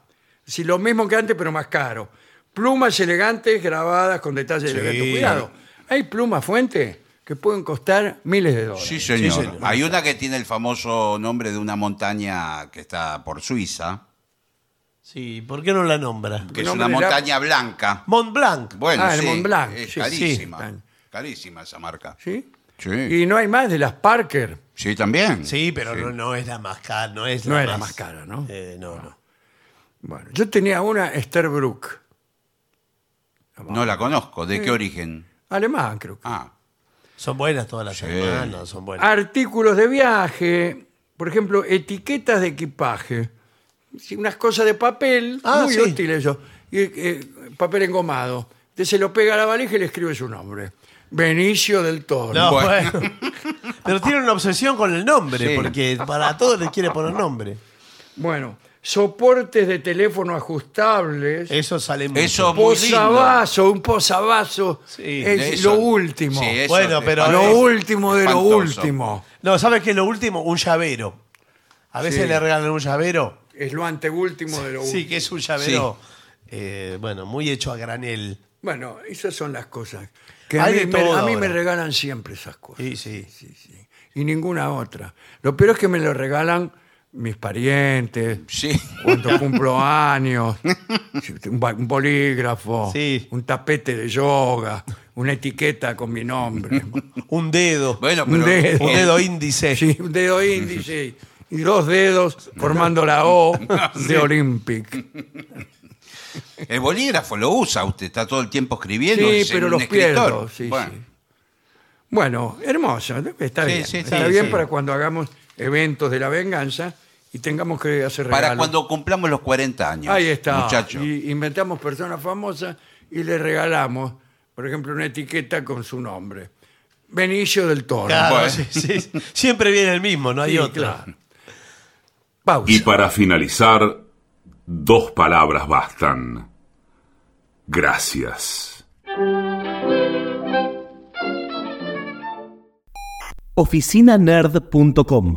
[SPEAKER 2] Si lo mismo que antes, pero más caro. Plumas elegantes grabadas con detalles
[SPEAKER 3] Sí.
[SPEAKER 2] elegantes. Cuidado, hay plumas fuente que pueden costar miles de dólares.
[SPEAKER 4] Sí, señor.
[SPEAKER 3] Sí, señor.
[SPEAKER 4] Hay una que tiene el famoso nombre de una montaña que está por Suiza,
[SPEAKER 3] Sí, ¿por qué no la nombra?
[SPEAKER 4] que
[SPEAKER 2] El
[SPEAKER 4] es
[SPEAKER 2] nombre
[SPEAKER 4] una
[SPEAKER 2] de la-
[SPEAKER 4] montaña blanca.
[SPEAKER 3] Mont Blanc.
[SPEAKER 4] Bueno,
[SPEAKER 2] Ah, el
[SPEAKER 4] sí,
[SPEAKER 2] Mont Blanc,
[SPEAKER 4] es
[SPEAKER 2] sí, sí.
[SPEAKER 4] carísima.
[SPEAKER 2] Tan-
[SPEAKER 4] carísima esa marca.
[SPEAKER 2] ¿Sí?
[SPEAKER 4] Sí,
[SPEAKER 2] Y no hay más de las Parker.
[SPEAKER 4] Sí, también.
[SPEAKER 3] Sí, pero No, no es la más cara. No es la
[SPEAKER 2] No
[SPEAKER 3] más,
[SPEAKER 2] era más cara, ¿no?
[SPEAKER 3] Eh, no, no.
[SPEAKER 2] Bueno, yo tenía una Esterbrook.
[SPEAKER 4] No la conozco. ¿De qué origen?
[SPEAKER 2] Alemán, creo que.
[SPEAKER 4] Ah,
[SPEAKER 3] Son buenas todas las hermanas, son buenas.
[SPEAKER 2] Artículos de viaje, por ejemplo, etiquetas de equipaje. Sí, Unas cosas de papel,
[SPEAKER 3] Ah,
[SPEAKER 2] muy
[SPEAKER 3] sí.
[SPEAKER 2] útiles eso. Y, eh, papel engomado. Usted se lo pega a la valija y le escribe su nombre. Benicio del Toro.
[SPEAKER 3] No,
[SPEAKER 4] Bueno.
[SPEAKER 3] bueno. Pero tiene una obsesión con el nombre,
[SPEAKER 4] Sí.
[SPEAKER 3] porque para todo le quiere poner nombre.
[SPEAKER 2] Bueno, soportes de teléfono ajustables.
[SPEAKER 3] Eso sale mucho.
[SPEAKER 4] Eso muy lindo.
[SPEAKER 2] Posavasos, un posavaso
[SPEAKER 3] Sí,
[SPEAKER 2] es
[SPEAKER 4] Eso-
[SPEAKER 2] lo último.
[SPEAKER 4] Sí, eso
[SPEAKER 3] Bueno,
[SPEAKER 4] es
[SPEAKER 3] pero-
[SPEAKER 2] lo
[SPEAKER 3] es
[SPEAKER 2] último de lo
[SPEAKER 4] espantoso.
[SPEAKER 2] último.
[SPEAKER 3] No, ¿sabes qué es lo último? Un llavero. A veces
[SPEAKER 2] Sí. Uh.
[SPEAKER 3] le regalan un llavero.
[SPEAKER 2] Es lo anteúltimo de lo último.
[SPEAKER 3] Sí, que es un llavero, eh, bueno, muy hecho a granel.
[SPEAKER 2] Bueno, esas son las cosas. Que a
[SPEAKER 3] Hay
[SPEAKER 2] mí,
[SPEAKER 3] de
[SPEAKER 2] me,
[SPEAKER 3] todo
[SPEAKER 2] a mí me
[SPEAKER 3] ahora.
[SPEAKER 2] regalan siempre esas cosas.
[SPEAKER 3] Sí, sí.
[SPEAKER 2] Sí, sí. Y ninguna otra. Lo peor es que me lo regalan mis parientes,
[SPEAKER 4] Sí.
[SPEAKER 2] cuando cumplo años, un ba- un bolígrafo,
[SPEAKER 3] Sí.
[SPEAKER 2] un tapete de yoga, una etiqueta con mi nombre,
[SPEAKER 3] Un dedo.
[SPEAKER 4] Bueno, eh,
[SPEAKER 2] Un
[SPEAKER 4] pero
[SPEAKER 2] dedo.
[SPEAKER 3] un
[SPEAKER 4] el-
[SPEAKER 3] dedo índice.
[SPEAKER 2] Sí, un dedo índice y dos dedos formando la O de Olympic.
[SPEAKER 4] el bolígrafo lo usa usted, está todo el tiempo escribiendo.
[SPEAKER 2] Sí,
[SPEAKER 4] es
[SPEAKER 2] pero
[SPEAKER 4] un
[SPEAKER 2] los
[SPEAKER 4] escritor.
[SPEAKER 2] pierdo, sí,
[SPEAKER 4] Bueno,
[SPEAKER 2] sí. Bueno, hermoso, está
[SPEAKER 4] Sí,
[SPEAKER 2] bien.
[SPEAKER 4] sí,
[SPEAKER 2] está
[SPEAKER 4] sí,
[SPEAKER 2] bien
[SPEAKER 4] sí.
[SPEAKER 2] para cuando hagamos eventos de la venganza y tengamos que hacer regalos.
[SPEAKER 4] Para cuando cumplamos los 40 años.
[SPEAKER 2] Ahí está.
[SPEAKER 4] Muchachos.
[SPEAKER 2] Y inventamos personas famosas y le regalamos, por ejemplo, una etiqueta con su nombre. Benicio del Toro.
[SPEAKER 3] Claro,
[SPEAKER 4] Bueno.
[SPEAKER 3] sí, sí. Siempre viene el mismo, no hay
[SPEAKER 2] Sí,
[SPEAKER 3] otro.
[SPEAKER 2] claro. Pausa.
[SPEAKER 5] Y para finalizar, dos palabras bastan. Gracias.
[SPEAKER 6] oficinanerd.com.